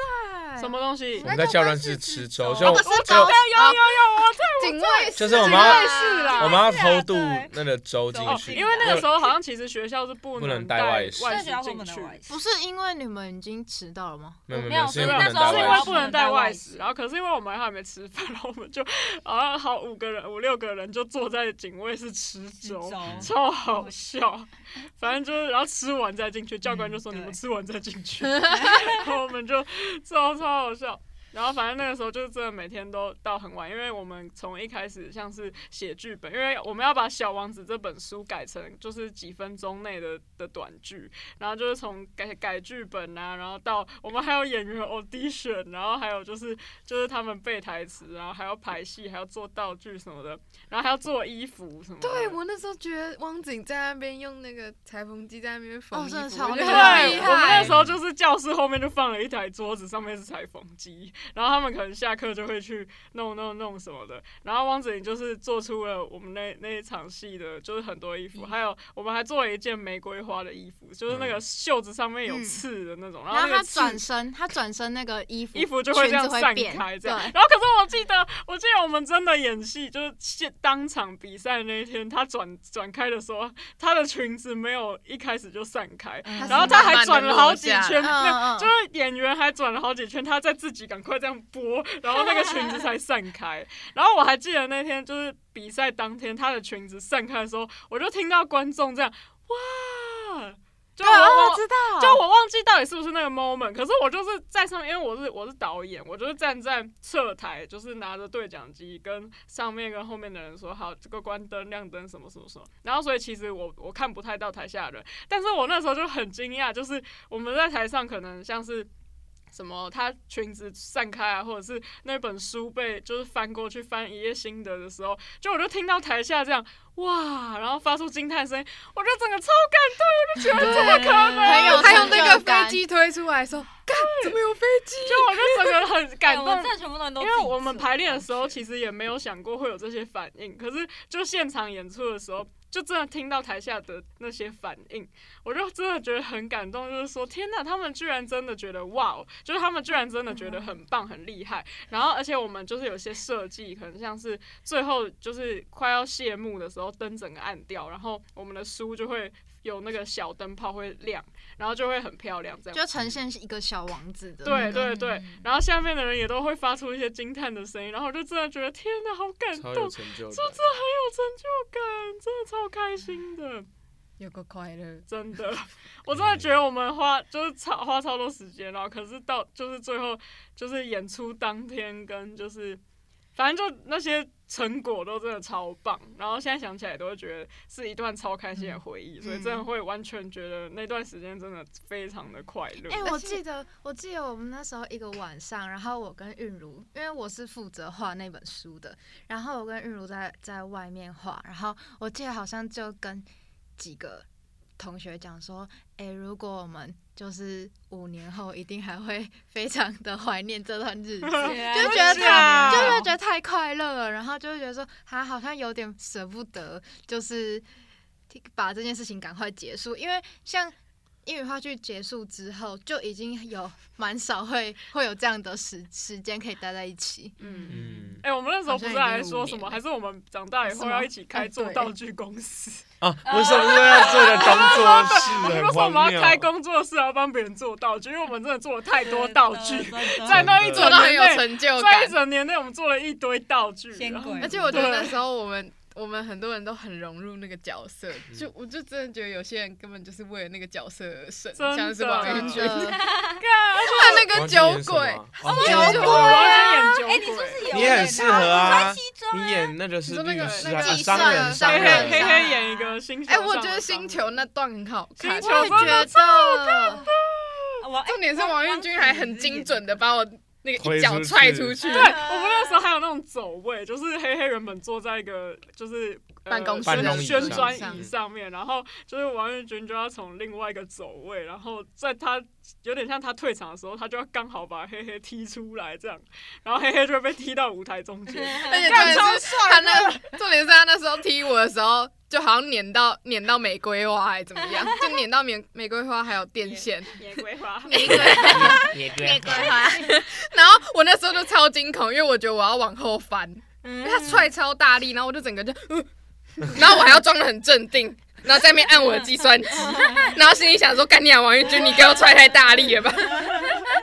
什么东西
我？们在教官室吃粥，就
哦不是
就
早
有有有，我
警卫室
就是我们
太
要
是啦。
我们要偷渡
对
那个粥进
哦，
去，
因为那个时候好像其实学校是不
不能带
带
外
食
食
那学校不
进
能
去，
外食
不是因为你们已经迟到了吗？
没有没有
没
没
有
有，是因为
所以
不能
那时
带
候
啊是因
外
为
食
不能带外食，然后可是因为我们还没吃饭，然后我们就好像好五个人五六个人就坐在警卫室吃
吃粥
粥。超好 笑，反正就是，然后吃完再进去，教官就说
嗯
你们
对
吃完再进 去，然后我们就超超好笑。然后反正那个时候就是真的每天都到很晚，因为我们从一开始像是写剧本，因为我们要把《小王子》这本书改成就是几分钟内的的短剧，然后就是从改改剧本啊，然后到我们还有演员 audition，然后还有就是就是他们背台词，然后还要排戏，还要做道具什么的，然后还要做衣服什么的。
对我那时候觉得汪景在那边用那个裁缝机在那边缝
哦
衣服，
真的 超
我觉得很
对，
厉
我们那
害。
时候就是教室后面就放了一台桌子，上面是裁缝机，然后他们可能下课就会去弄弄弄什么的。然后汪子玲就是做出了我们那那一场戏的，就是很多衣服，还有我们还做了一件玫瑰花的衣服，就是那个袖子上面有刺的那种，
然
后
后
哦那
他
个刺
转身，他转身那个衣服
衣服就
会
会这样散
变
开，这样。
对，
然后可是我记得，我记得我们真的演戏，就是现当场比赛那一天，他转转开的时候，他的裙子没有一开始就散开，
嗯
然后他还转了好几圈，没
慢慢地落下嗯
有 就是演员还转了好几圈，他在自己赶快这样拨，然后那个裙子才散开。然后我还记得那天就是比赛当天，他的裙子散开的时候，我就听到观众这样哇。就
对，哦
我
我知道，
就我忘记到底是不是那个 moment，可是我就是在上面，因为我是我是导演，我就是站在侧台，就是拿着对讲机跟上面跟后面的人说，好，这个关灯、亮灯什么什么什么。然后所以其实我我看不太到台下的人，但是我那时候就很惊讶，就是我们在台上可能像是。什么？她裙子散开啊，或者是那本书被就是翻过去翻一页新的的时候，就我就听到台下这样哇，然后发出惊叹声，我就整个超感动，我就觉得怎么可能？
很有
他用
成
那个
就感
飞机推出来说，干，怎么有飞机？
就我就整个很感
哎
动
我，们这全部人都
嗯因
自己
为
做，
我们排练的时候
完全
其实也没有想过会有这些反应，可是就现场演出的时候，就真的听到台下的那些反应，我就真的觉得很感动，就是说天哪，他们居然真的觉得哇哦，就是他们居然真的觉得
嗯
很棒很厉害。然后而且我们就是有些设计，可能像是最后就是快要谢幕的时候，灯整个暗掉，然后我们的书就会有那个小灯泡会亮，然后就会很漂亮这样。
就呈现一个小王子的
对
那个，嗯
对对，然后下面的人也都会发出一些惊叹的声音，然后我就真的觉得天哪，好感动，
超
真的很
有
有
成就感。
成就感，真的超开心的，
有个快乐，
真的， 我真的觉得我们花就是超花超多时间，然后可是到就是最后就是演出当天跟就是反正就那些成果都真的超棒，然后现在想起来都会觉得是一段超开
嗯
心的回忆，所以真的会完全觉得那段时间真的非常的快乐。
哎、
而
我
且
记得，我记得我们那时候一个晚上，然后我跟韵如，因为我是负责画那本书的，然后我跟韵如在在外面画，然后我记得好像就跟几个同学讲说，哎、如果我们就是五年后，一定还会非常的怀念这段日子，就觉得
啊
太，就会觉得太快乐了，然后就会觉得说，他好像有点舍不得，就是把这件事情赶快结束，因为像。英语话剧结束之后，就已经有蛮少会会有这样的时时间可以待在一起。
嗯
嗯，
哎、我们那时候不是还说什
好像已经五年了
么？还是我们长大以
什
后
么
要一起开做
哎对
道具公司？
啊，为什么要做的工作室
我
很
们说我们
荒
要
谬？
开工作室，要帮别人做道具，因为我们真的做了太多道具，
真
在
的
那一
做
整
到很
年
有
内，
成就
在
感
一。整年内我们做了一堆道具，啊
仙
然后
鬼，
而且我觉得那时候我们我们很多人都很融入那个角色，就我就真的觉得有些人根本就是为了那个角色而生，
真的
像是王彦
真
君，他
的，
那个酒鬼，
王
是
俊
酒
演什
鬼
么，鬼，你很
王俊演酒鬼，
哎，你是不是有点
适
搭
合啊
穿西装
你演那就是
你说那
律
个
师
那
啊，
个
啊
计
商
算
人，
商
商
人
人，
黑黑演一个星球
哎、
上的
我
商人。
觉得星球那段很好看，
星
我也觉得，
我哎
重点是王彦君还很精准的把我那个
推
一脚
出去
踹出去
对，，我们那时候还有那种走位，就是黑黑原本坐在一个就是、呃
办公室
办公
宣
椅
宣
上
传椅上面，然后就是王彦君就要从另外一个走位，然后在他有点像他退场的时候，他就要刚好把黑黑踢出来这样，然后黑黑就会被踢到舞台中 间。
而且重点是他那个，重点是他那时候踢我的时候，就好像碾到碾到玫瑰花还怎么样，就碾到玫玫瑰花还有电线，
玫瑰花，
也
玫瑰花，
然后我那时候就超惊恐，因为我觉得我要往后翻，因为
嗯
他踹超大力，然后我就整个就，嗯然后我还要装的很镇定。 然后在那边按我的计算 机，然后心里想说：“干你啊，王玉君，你给我踹太大力了 吧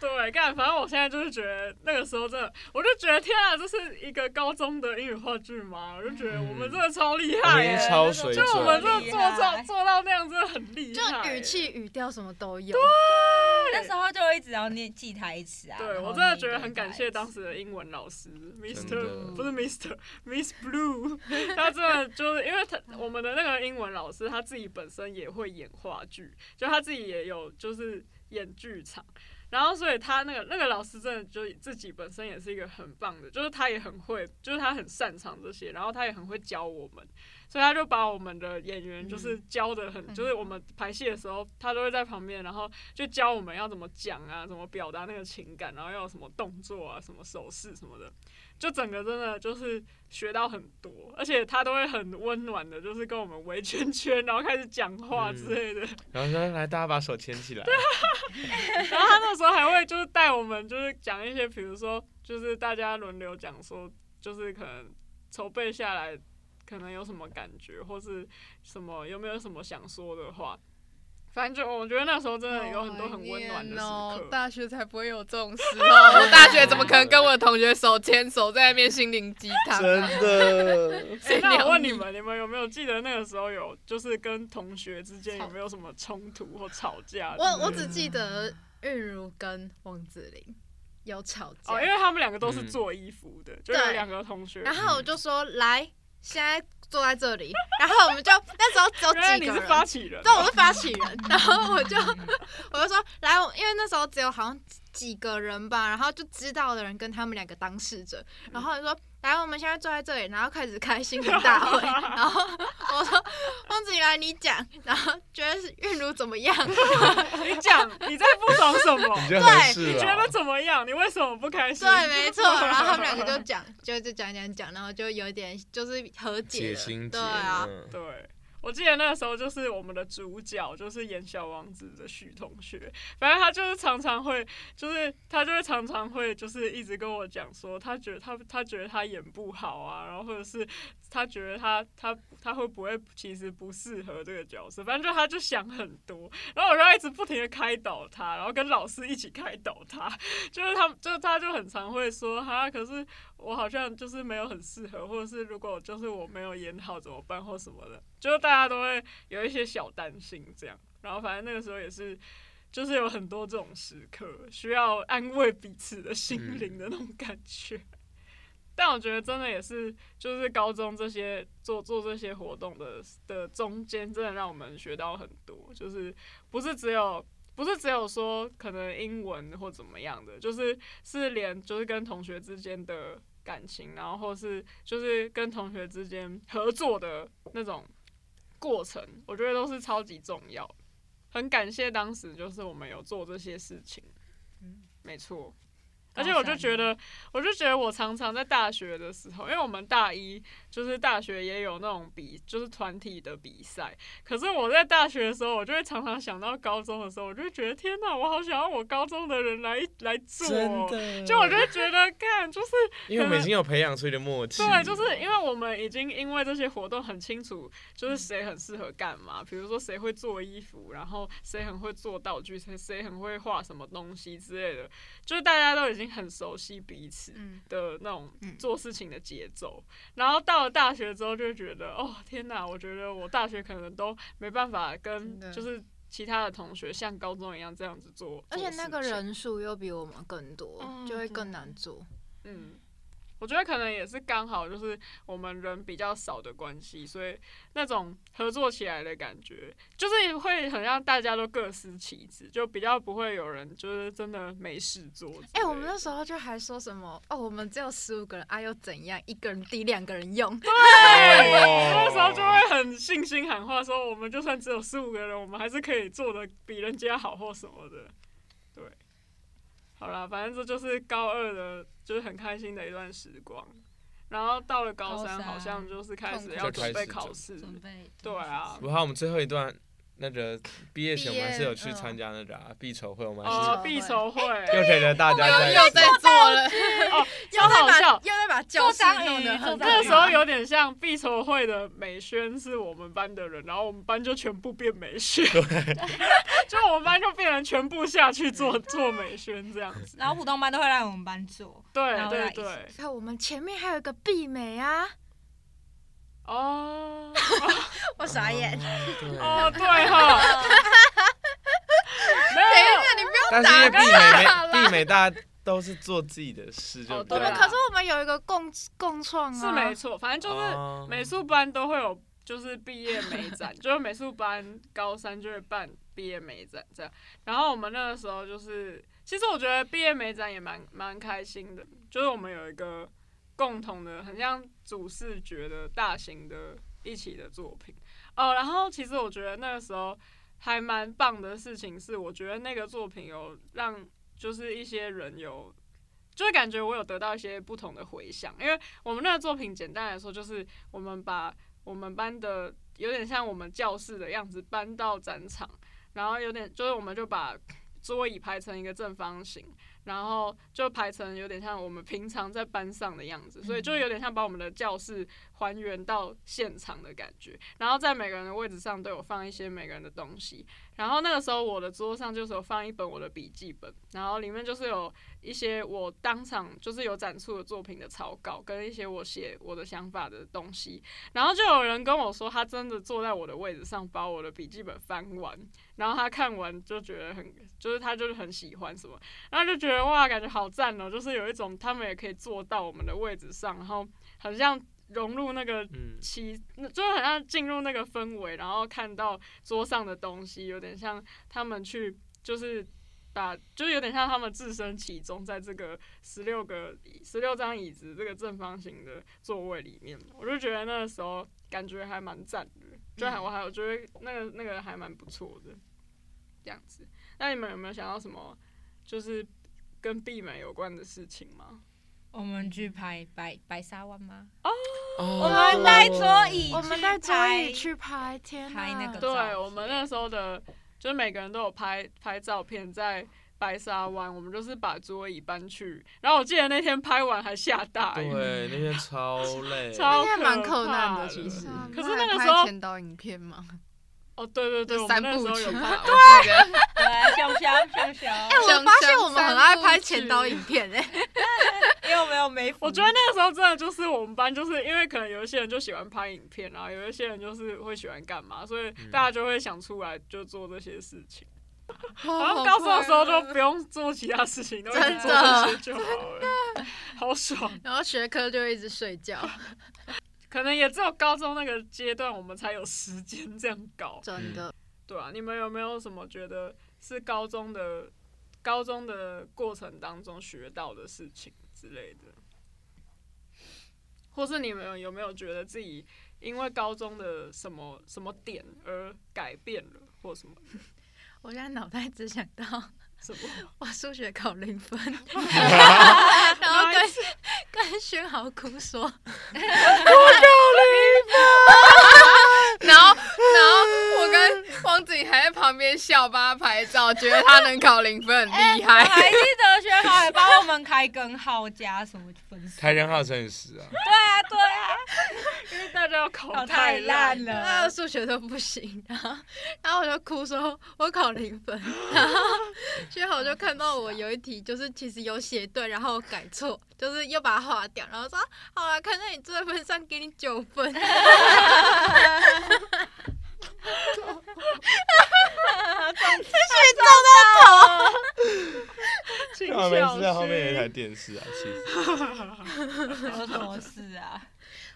对，干，反正我现在就是觉得那个时候真的，我就觉得天啊，这是一个高中的英语话剧吗？我就觉得我们真的超厉
我
害
们已
耶、
经超水
就
准
我们真的
厉
做
害
到做到那样，真的很厉害、
就语气语调什么都有。
那时候就一直要念记台词啊。
对
然后
我真的
念
觉得
一
很
堆
感
台
谢
词
当时的英文老师
真
，Mr.
的
不是 Mr. Miss Blue，他 真的就是因为他我们的那个英文老师他自己本身也会演话剧，就他自己也有就是演剧场。然后，所以他那个那个老师真的就自己本身也是一个很棒的，就是他也很会，就是他很擅长这些，然后他也很会教我们，所以他就把我们的演员就是教的很，就是我们排戏的时候，他都会在旁边，然后就教我们要怎么讲啊，怎么表达那个情感，然后要有什么动作啊，什么手势什么的，就整个真的就是学到很多，而且他都会很温暖的，就是跟我们围圈圈，然后开始讲话之类的。
然后说来，大家把手牵起来，
然后他那时候还会就是带我们就是讲一些，比如说就是大家轮流讲说，就是可能筹备下来可能有什么感觉，或是什么有没有什么想说的话。反正就我觉得那时候真的有很多很温暖的 时
哦
刻。
大学才不会有这种时候，我大学怎么可能跟我的同学手牵手在那边心灵鸡 汤
真
啊？
的。
谁
那我
鸟
问你们，你们有没有记得那个时候有就是跟同学之间有没有什么冲突或吵架之类的？
我我只记得韵如跟王子玲有吵架，
哦，因为他们两个都是
嗯
做衣服的，就有
对
两个同学。
然后我就说来，现在坐在这里，然后我们就那时候只有
原来
几
你
个
是
人，
发起 人
对，我是发起人，然后我就 我就说来，我因为那时候只有好像几个人吧，然后就知道的人跟他们两个当事者，然后我就说来，我们现在坐在这里，然后开始开新闻大 会，然后我说汪子怡来你讲，然后觉得是韵 如怎么样，
你讲 你在不爽什么？
你就合适哦
你觉得
了，
怎么样？你为什么不开心？
对，没 错，然后他们两个就讲，就就讲讲讲，然后就有点就是和解
解
了，
心结，
对啊，
嗯
对。我记得那个时候就是我们的主角就是演小王子的许同学，反正他就是常常会，就是他就会常常会就是一直跟我讲说，他觉得他他觉得他演不好啊，然后或者是他觉得他他他会不会其实不适合这个角色，反正就他就想很多，然后我就要一直不停的开导他，然后跟老师一起开导他，就是他就是他就很常会说哈，可是我好像就是没有很适合，或者是如果就是我没有演好怎么办或什么的，就是大家都会有一些小担心这样。然后反正那个时候也是，就是有很多这种时刻需要安慰彼此的心灵的那种感觉。但我觉得真的也是，就是高中这些做做这些活动的的中间，真的让我们学到很多，就是不是只有不是只有说可能英文或怎么样的，就是是连就是跟同学之间的感情，然后或是就是跟同学之间合作的那种过程，我觉得都是超级重要。很感谢当时就是我们有做这些事情，没错。而且我就觉得，我就觉得我常常在大学的时候，因为我们大一就是大学也有那种比，就是团体的比赛。可是我在大学的时候，我就会常常想到高中的时候，我就会觉得天哪，我好想要我高中的人来来做哦、
的
就我就会觉得，干就是
因为我们已经有培养出一点默契，
对，啊就是因为我们已经因为这些活动很清楚，就是谁很适合干嘛。比如说谁会做衣服，然后谁很会做道具，谁谁很会画什么东西之类的，就是大家都已经经很熟悉彼此
嗯，
的那种
嗯
做事情的节奏，然后到了大学之后就觉得，哦天哪，我觉得我大学可能都没办法跟
真的
就是其他的同学像高中一样这样子做，
而
做
且
事
那个
情，哦
人数又比我们更多，
嗯
就会
对
更难做。
嗯。我觉得可能也是刚好，就是我们人比较少的关系，所以那种合作起来的感觉，就是会很让大家都各司其职，就比较不会有人就是真的没事做之类的。
哎、我们那时候就还说什么哦，我们只有十五个人啊，又怎样？一个人抵两个 人用，
哎那
那
时候就会很信心喊话说，我们就算只有四五个人，我们还是可以做的比人家好或什么的。对，好啦，反正这就是高二的，就是很开心的一段时光。然后到了高
高
三，
三
好像就是开始
痛苦
要准备
就开始
考试。
准备。
对啊，
不好，我们最后一段那个毕业前我
毕业
们还是有去参加那个啊毕筹会，我们还
哦
是，
必筹会，啊
又觉得大家在
又在做了，
超好笑。
又在把教室弄得
做章鱼
很
那时候有点像必筹会的美宣是我们班的人，然后我们班就全部变美宣，就我们班就变成全部下去做做美宣这样子。
然后普通班都会让我们班做，然
对
后
对
来
对，
看我们前面还有一个毕美啊，
哦
我傻眼。
哦，对哈，没
你不
但是因为毕美没毕美大家都是做自己的事，就
哦
比
我
较
对
们
啊
可是我们有一个共共创啊，
有是没错，反正就是
哦
美术班都会有，就是毕业美展，就是美术班高三就会办毕业美展这样。然后我们那个时候就是，其实我觉得毕业美展也蛮蛮开心的，就是我们有一个共同的，很像主视觉的大型的一起的作品哦。然后其实我觉得那个时候还蛮棒的事情是，我觉得那个作品有让就是一些人有。就是感觉我有得到一些不同的回响，因为我们那个作品简单来说，就是我们把我们班的有点像我们教室的样子搬到展场，然后有点就是我们就把桌椅排成一个正方形，然后就排成有点像我们平常在班上的样子，所以就有点像把我们的教室还原到现场的感觉。然后在每个人的位置上都有放一些每个人的东西，然后那个时候我的桌上就是有放一本我的笔记本，然后里面就是有一些我当场就是有展出的作品的草稿，跟一些我写我的想法的东西。然后就有人跟我说，他真的坐在我的位置上，把我的笔记本翻完，然后他看完就觉得很，就是他就是很喜欢什么，然后就觉得哇，感觉好赞哦，就是有一种他们也可以坐到我们的位置上，然后很像融入那个
嗯，
其那就是很像进入那个氛围，然后看到桌上的东西，有点像他们去就是把，就是有点像他们置身其中，在这个十六个十六张椅子这个正方形的座位里面，我就觉得那个时候感觉还蛮赞的，就还我还有觉得那个那个还蛮不错的，这样子。那你们有没有想到什么就是跟闭门有关的事情吗？
我们去拍白白沙湾吗？
我
我
哦
们带桌椅，
我们在桌椅去拍，天哪
拍那个照
对
片
我们那时候的，就是每个人都有拍拍照片在白沙湾，我们就是把桌椅搬去，然后我记得那天拍完还下大欸雨，
对，那天超累，
超
那天蛮
可
困难
怕
的，其实。
可是那个
还拍
时候
前导影片嘛，
哦，对对对，
就
我
三
们那时
部
候
曲
有 拍，
嘛，我记得。
对，熊熊熊熊，
哎，我发现我们很爱拍前
导
导影片哎，
因为我没有没服，
我觉得那个时候真的就是我们班，就是因为可能有一些人就喜欢拍影片，然后有一些人就是会喜欢干嘛，所以大家就会想出来就做这些事情。然后 高中的时候都不用做其他事情，都一直做这些就好了，好爽。
然后学科就一直睡 觉，
可能也只有高中那个阶段，我们才有时间这样搞，
真的。
对啊，你们有没有什么觉得是高中的高中的过程当中学到的事情之类的？或是你们有没有觉得自己因为高中的什么什么点而改变了，或什么
我现在脑袋只想到
什么？
我数学考零分，然后跟跟轩豪哭说，我考零分，然后
然后我跟王子颖还在旁边笑，帮他拍照，觉得他能考零分很厉
我
害。
还记得学好还帮我们开根号加什么分数。
开人号乘以十啊，
对啊，对啊，
因为大家有道考太烂了，
那啊个数学都不行，然后然后我就哭说，我考零分，然后最后我就看到我有一题就是其实有写对，然后我改错，就是又把它划掉，然后说好了，看在你这份上给你九分，
请
啊， 没
小
事啊，后面有一台
心。
电视啊，其实。
有 什么事啊？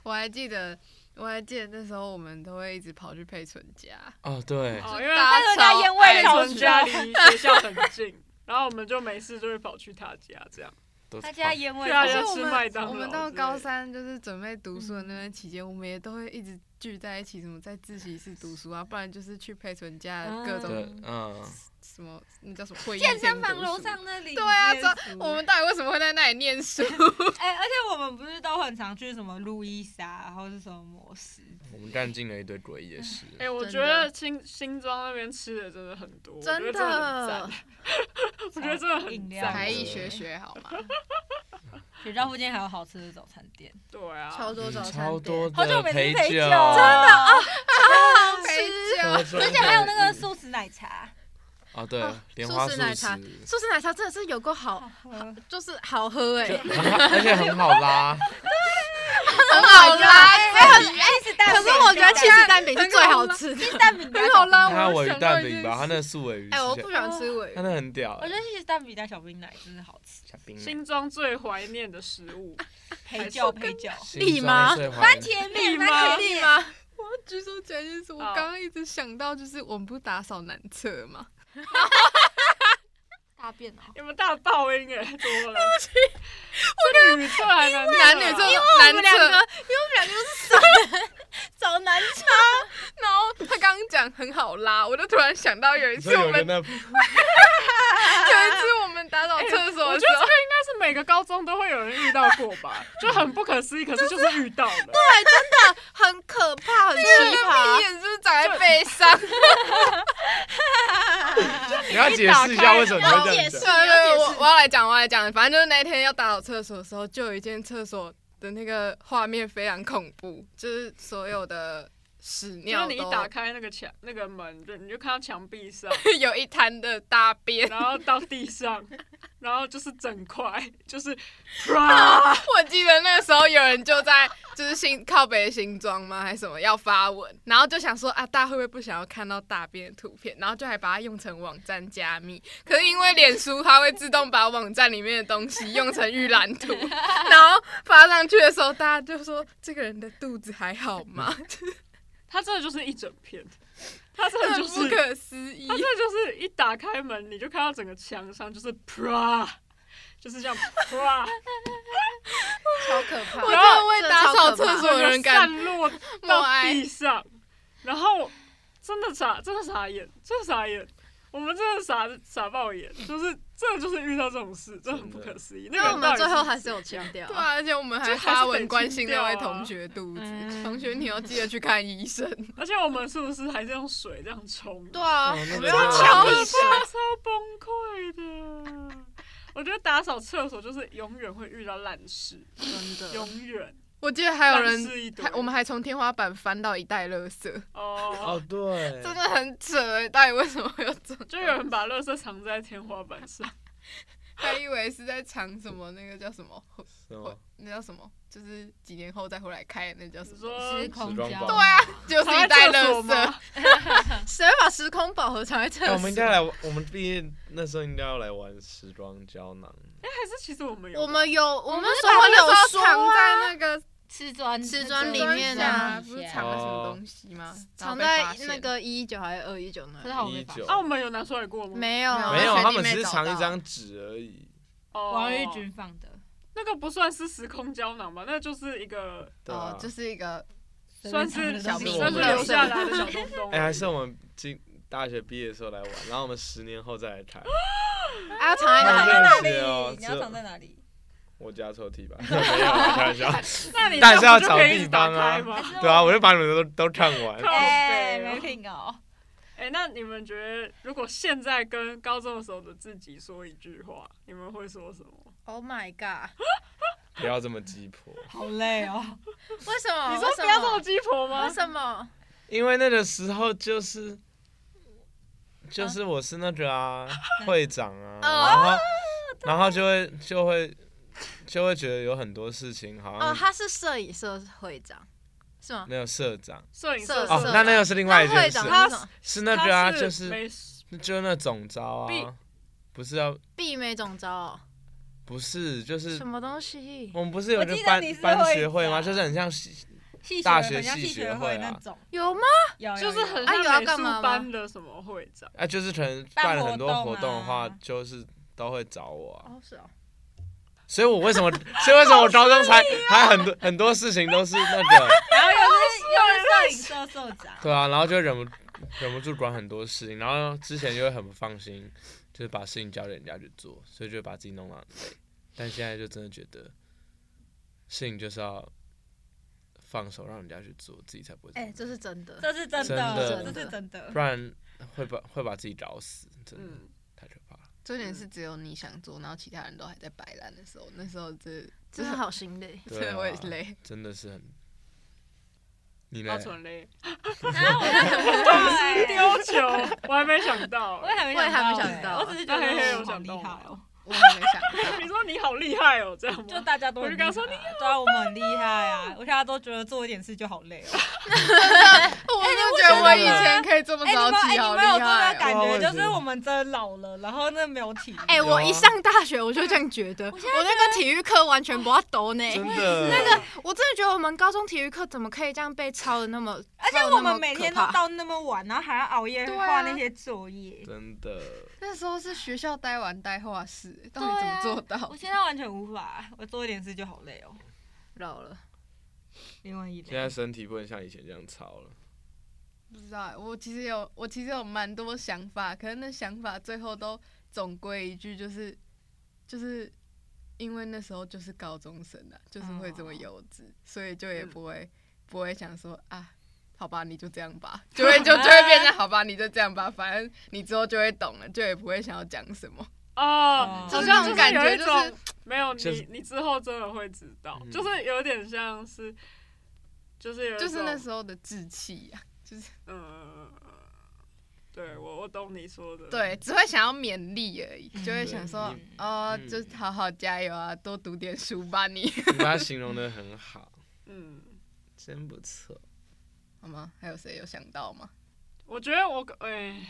我还记得，我还记得那时候我们都会一直跑去佩纯家，
哦，对，
哦，因为
大家
人家
超
烟味
爱
魏
了
出
从
去
家离学校很近，然后我们就没事就会跑去他家这样。
都
他家烟味
对啊
好
而且
要
我
吃麦当
们我
劳
们
之
到
类
高
的
三就是准备读书的那段期间，我们也都会一直聚在一起，什么在自习室读书啊，不然就是去佩纯家的各
啊
种
对，嗯，
什么那叫什么会议
健身
厅
房
读
楼
书。
上那里
对啊，
念
这
书
我们到底为什么会在那里念书？
哎、而且我们不是都很常去什么路易莎，然后是什么摩斯？
我们干尽了一堆诡异的事。
哎、我
真
觉
的
得新新庄那边吃的真的很多，我觉
真
得真很赞
的。
我觉得真的很
饮料
赞，
才艺
对
学学好吗？
学校附近还有好吃的早餐店，
对啊，
超多早
嗯
餐
超多
好久
的
没
陪
吃
酒，
酒，真的啊，
陪
超
酒，
多的
而且还有那个素食奶茶，
嗯哦，对
哦，
莲
素
花
食
素
奶
食
茶，素食奶茶真的是有够好，就是好喝 哎、
就 而且很好拉，
很好拉。
哎，是蛋
可
饼，
是我觉得起司蛋饼是
很
最
好
好
拉
吃的。
是蛋饼
很好啦，
它
我
尾
想
鱼
到
蛋
一件
饼吧，它
事
那个素尾鱼，
哎、我不喜欢吃尾鱼
它，那很屌
我，觉得其实蛋饼加小冰奶真的好吃，
小冰啊
新庄最怀念的食物，
陪酒陪酒，
立吗
番
番
茄面，
吗
番茄
可以
面，
吗？
我要举手讲一件事，我
哦
刚刚一直想到就是我们不打扫男厕嘛，
大便哦，
你们大爆音哎、怎么了？我女厕还难
男女
厕
厕
啊，
男厕，
找男生，
然后他刚刚讲很好拉，我就突然想到有一次
所以
我
有
们
跟那
有一次我们打扫厕所
我
的时
觉得
候
这个，应该是每个高中都会有人遇到过 吧，就很不可思议，可是就是遇到了。
很可怕，很奇
那个屁
葩。
眼是不是长在背上？
你要解释一下为什么你会这样
一打
讲
对
开。你
对，
要解
我
释
我要来讲，我要来讲，反正就是那一天要打扫厕所的时候，就有一间厕所的那个画面非常恐怖，就是所有的屎
就
尿
是
都
你一打开那个墙那个门，就你就看到墙壁上，
有一滩的大便，
然后到地上，然后就是整块，就是
啊
啪，
我记得那个时候有人就在就是新靠北新庄吗还是什么要发文，然后就想说啊，大家会不会不想要看到大便的图片，然后就还把它用成网站加密。可是因为脸书它会自动把网站里面的东西用成预览 图，然后发上去的时候，大家就说这个人的肚子还好 吗？
它真的就是一整片，它真的
很
就
不
是
可思议
它。这就是一打开门，你就看到整个墙上就是啪，就是这 样啪，
超可怕
我
然
真
后
的为打扫厕所
整
的
个
人感
散落
默
到
哀
地上，然后真的傻，真的傻眼，真的傻眼。我们真的傻傻爆眼，就是这就是遇到这种事，这很不可思议。那
那
个
我
人到
们
底
最后还
是
是有清掉
对。啊，而且我们还
就还是
发
得
文关心
清
那位
掉啊
同学肚子，
嗯
同学你要记得去看医生。
而且我们是不是还是用水这样冲？
对啊，
哦那
我
个
们
真
要
的
抢
我
医生。
超崩溃的。我觉得打扫厕所就是永远会遇到烂事，
真的
永远
我记得还有人
烂事一，堆
还我们还从天花板翻到一袋垃圾，
哦。，
对
真的很扯欸！到底为什么会有
哦
这种？
就有人把垃圾藏在天花板上，
还以为是在藏什么那个叫什么，
是吗
回那叫什么，就是几年后再回来开的那叫什
你
么？
说
时空
装
胶，
包
对啊，就是
藏
一
在
袋
厕
垃圾
所吗。？
谁会把时空宝盒藏在 厕
哎
所？
我们应该来，我们毕业那时候应该要来玩时装胶囊。
哎还是其实我们有
我们有，我们
所以我
有
那时候
说
藏在
啊，
那个
瓷砖
瓷砖里
砖
面
下
啊
不是藏
藏，
了什么东西吗？
哦
然后
藏
被
在
发现
那个一一九还是二一九那
可
里
是？好没
一
法
九
啊，我们有拿出来过吗？
没有啊，
没
没有，
学弟
他们只
妹
是
找
藏一
到
张纸而已。
哦，
王玉军放的，
那个不算是时空胶囊吧？那就是一个
对啊
哦，就是一个
算是
小
便
算是留下来的小东东。
哎，还是我们进大学毕业的时候来玩，然后我们十年后再来开。
啊，要藏在
那
哪
藏
真
在哪
里？
的是哦
里？你要
这
藏在哪里？
我家抽屉吧， 没有，开玩笑。
那你
但是要
这
找
样不就可以一直
地方啊
打开吗？
对啊，我就把你们都都唱完。
哎，
靠
没
北哦
听哦。
哎，那你们觉得如果现在跟高中的时候的自己说一句话，你们会说什么？
Oh my god！
不要这么鸡婆。
好累哦。
为什 么？
你说
为
不
什
要这么
么？
鸡婆吗
哦为？什么？
因为那个时候就是就是我是那个啊会长啊，
哦
然后然后就会就会就会觉得有很多事情好
哦，
像
他是摄影社会长，是吗？
没有社长
摄影
社
社
哦
社，
那那个是另外一
那
件
会
事
长，
他
是什么？
是那个啊，
他
就是是
没
就那总招
毕
啊，不是要
避美总招哦、
不是就是
什么东西？
我们不是有
我
个
记得
班
你是
班学
会
会吗？
长
就是很像
戏学
大
很
学
像
系
戏
学
学
会
会那
啊
种，
有吗？
有
就是很
啊有
像
要
美
干
术
嘛吗
班的什么会长，
啊，就是可能
办
办
活
很多活动
动
的话
啊，
就是都会找我啊。
哦，是哦。
所以我为什么，所以为什么我高中才还很多很多事情都是那个，
然后 又是又是摄影社社长，
对啊，然后就忍不忍不住管很多事情，然后之前就会很不放心，就是把事情交给人家去做，所以就会把自己弄得很累。但现在就真的觉得，事情就是要放手让人家去做，自己才不会这
哎、
么累，
这是真 的。
这是真
真的
这是真的
不。然会把会把自己搞死，真的
嗯，
太可怕了。
重点是只有你想做，然后其他人都还在摆烂的时候，那时候这
真的好心累，
对啊
这我也是累，
真的是很，你呢
好？蠢嘞，
然后我 就
丢球，我还没想到
我。也还没
我也还没
想
想到
我只是觉得
嘿嘿
我
我
好
想
厉
到
害
了
哦，
我也没想到。
你说你好厉害哦，这样吗？
就大家都
我就跟他说
你，对啊，我们很厉害啊，我现在都觉得做一点事就好累哦。
我就觉得我以前可以这么
哎，你
早
们哎，
起，
你
好
们有
厉
这个
害、哦！
感
哇我
觉，
也
就
觉
是
得
我们真老了，然后那没有体力。
哎、
有啊
我一上大学我就这样觉得，我那个体育课完全不要抖呢。
真的
那个，我真的觉得我们高中体育课怎么可以这样被抄的那么，
而且
抄得
我
那么
们每
可
天都
怕
到那么晚，然后还要熬夜
对
画
啊
那些作业。
真的，
那时候是学校待完待画 室，到
对
底怎么
啊
做到？
我现在完全无法，我做一点事就好累哦，
老了。
另外一
现在身体不能像以前这样操了。
不知道欸，我其实有，我其实有蛮多想法，可是那想法最后都总归一句，就是就是因为那时候就是高中生啊，就是会这么幼稚，所以就
嗯
也不会、不会想说啊，好吧，你就这样吧， 就会就就会变成好吧，你就这样吧，反正你之后就会懂了，就也不会想要讲什么。
哦，
就
就是是
那
那
种
种
感
感
觉
觉，
就
就是是没有
就是
你，你之后真的会知道，
嗯
就是有点像是， 就是有一
就是那
种
时候的志气啊呀、就是
嗯，对我我懂你说的，
对，只会想要勉励而已，就会
嗯
想说
嗯，
哦，
嗯
就好好加油啊，多读点书吧你，
你把它形容的很好，
嗯，
真不错。
好吗？还有谁有想到吗？
我觉得我哎，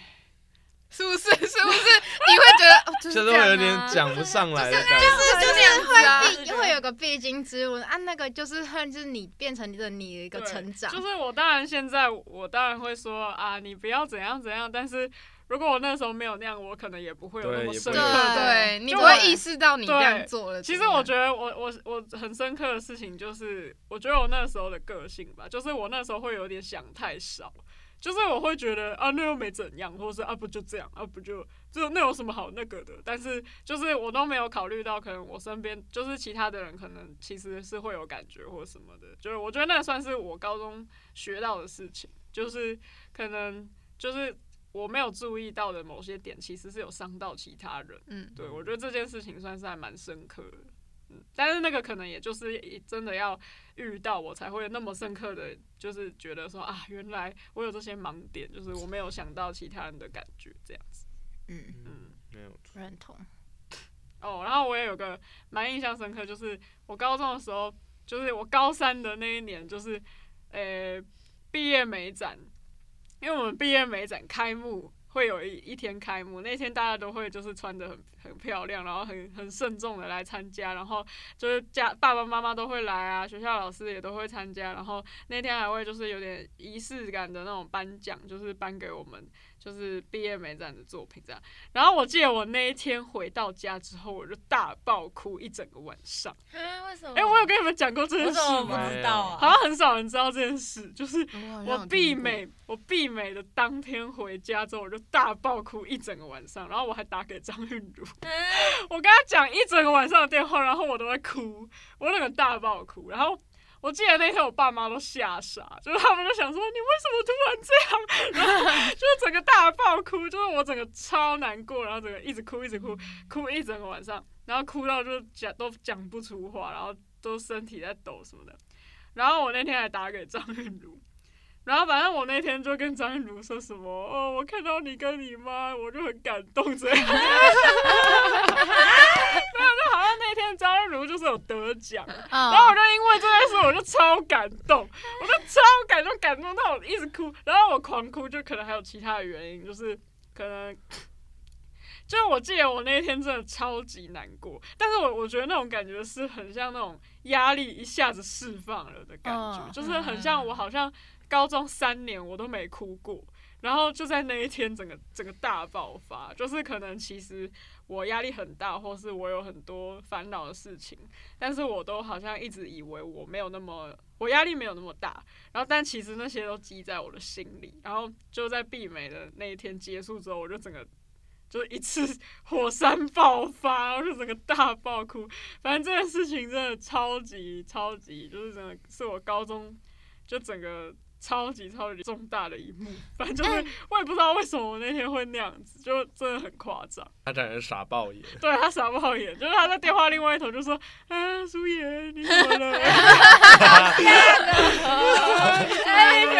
是不是？是不是？你会觉 得哦，就是
这都
这样
有点
啊
讲不上来的感
就
觉。
是
这样子啊
会必会有个必经之路啊，那个就是会是你变成你的你的一个
对
成长
就，是我当然现在我当然会说啊，你不要怎样怎样，但是如果我那时候没有那样，我可能也不会有那
对
么
也
深
不
刻
会
的。
哦对，你
就
不
我
会意识到你这样做了。
其实我觉得我我我很深刻的事情就是，我觉得我那时候的个性吧，就是我那时候会有点想太少，就是我会觉得啊那又没怎样，或是啊不就这样，啊不就就那有什么好那个的？但是就是我都没有考虑到，可能我身边就是其他的人，可能其实是会有感觉或什么的。就是我觉得那算是我高中学到的事情，就是可能就是我没有注意到的某些点，其实是有伤到其他人。
得，嗯，
对，我觉得这件事情算是还蛮深刻的。嗯，但是那个可能也就是一真的要遇到我才会那么深刻的，就是觉得说啊，原来我有这些盲点，就是我没有想到其他人的感觉这样子。
嗯，
嗯，
没有错，
认同。
哦，然后我也有个蛮印象深刻，就是我高中的时候，就是我高三的那一年，就是呃毕业美展，因为我们毕业美展开幕会有一一天开幕，那天大家都会就是穿的很很漂亮，然后很很慎重的来参加，然后就是家爸爸妈妈都会来啊，学校老师也都会参加，然后那天还会就是有点仪式感的那种颁奖，就是颁给我们就是毕业美展的作品这样。然后我记得我那一天回到家之后，我就大爆哭一整个晚上。
嗯，为什么？
哎、我有跟你们讲过这件
我
事
怎么
吗？
不知道
好
啊？
像很少人知道这件事，就是
我
我毕，美，我毕美的当天回家之后，我就大爆哭一整个晚上，然后我还打给张韵如，
嗯
我跟他讲一整个晚上的电话，然后我都在哭，我那个大爆哭，然后。我记得那天我爸妈都吓傻，就是他们就想说你为什么突然这样， 然后就是整个大爆哭，就是我整个超难过，然后整个一直哭一直哭，哭一整个晚上，然后哭到就讲都讲不出话，然后都身体在抖什么的。然后我那天还打给张韵如，然后反正我那天就跟张韵如说什么，哦，我看到你跟你妈，我就很感动这样。没有，就好像那天张韵如就是有得奖，然后我
嗯，
就因为这件事，我就超感动，我就超感动，感动到我一直哭，然后我狂哭，就可能还有其他的原因，就是可能。就是我记得我那天真的超级难过，但是我我觉得那种感觉是很像那种压力一下子释放了的感觉，
嗯
就是很像我好像高中三年我都没哭过，然后就在那一天整个整个大爆发，就是可能其实我压力很大，或是我有很多烦恼的事情，但是我都好像一直以为我没有那么，我压力没有那么大，然后但其实那些都积在我的心里，然后就在毕美的那一天结束之后，我就整个就是一次火山爆发，然后就整个大爆哭，反正这件事情真的超级超级，就是真的是我高中就整个。超级超级重大的一幕，反正就是我也不知道为什么我那天会那样子，就真的很夸张。
他感觉傻爆眼，
对他傻爆眼，就是他在电话另外一头就说：“啊，苏妍，你怎么了？” 哎
哦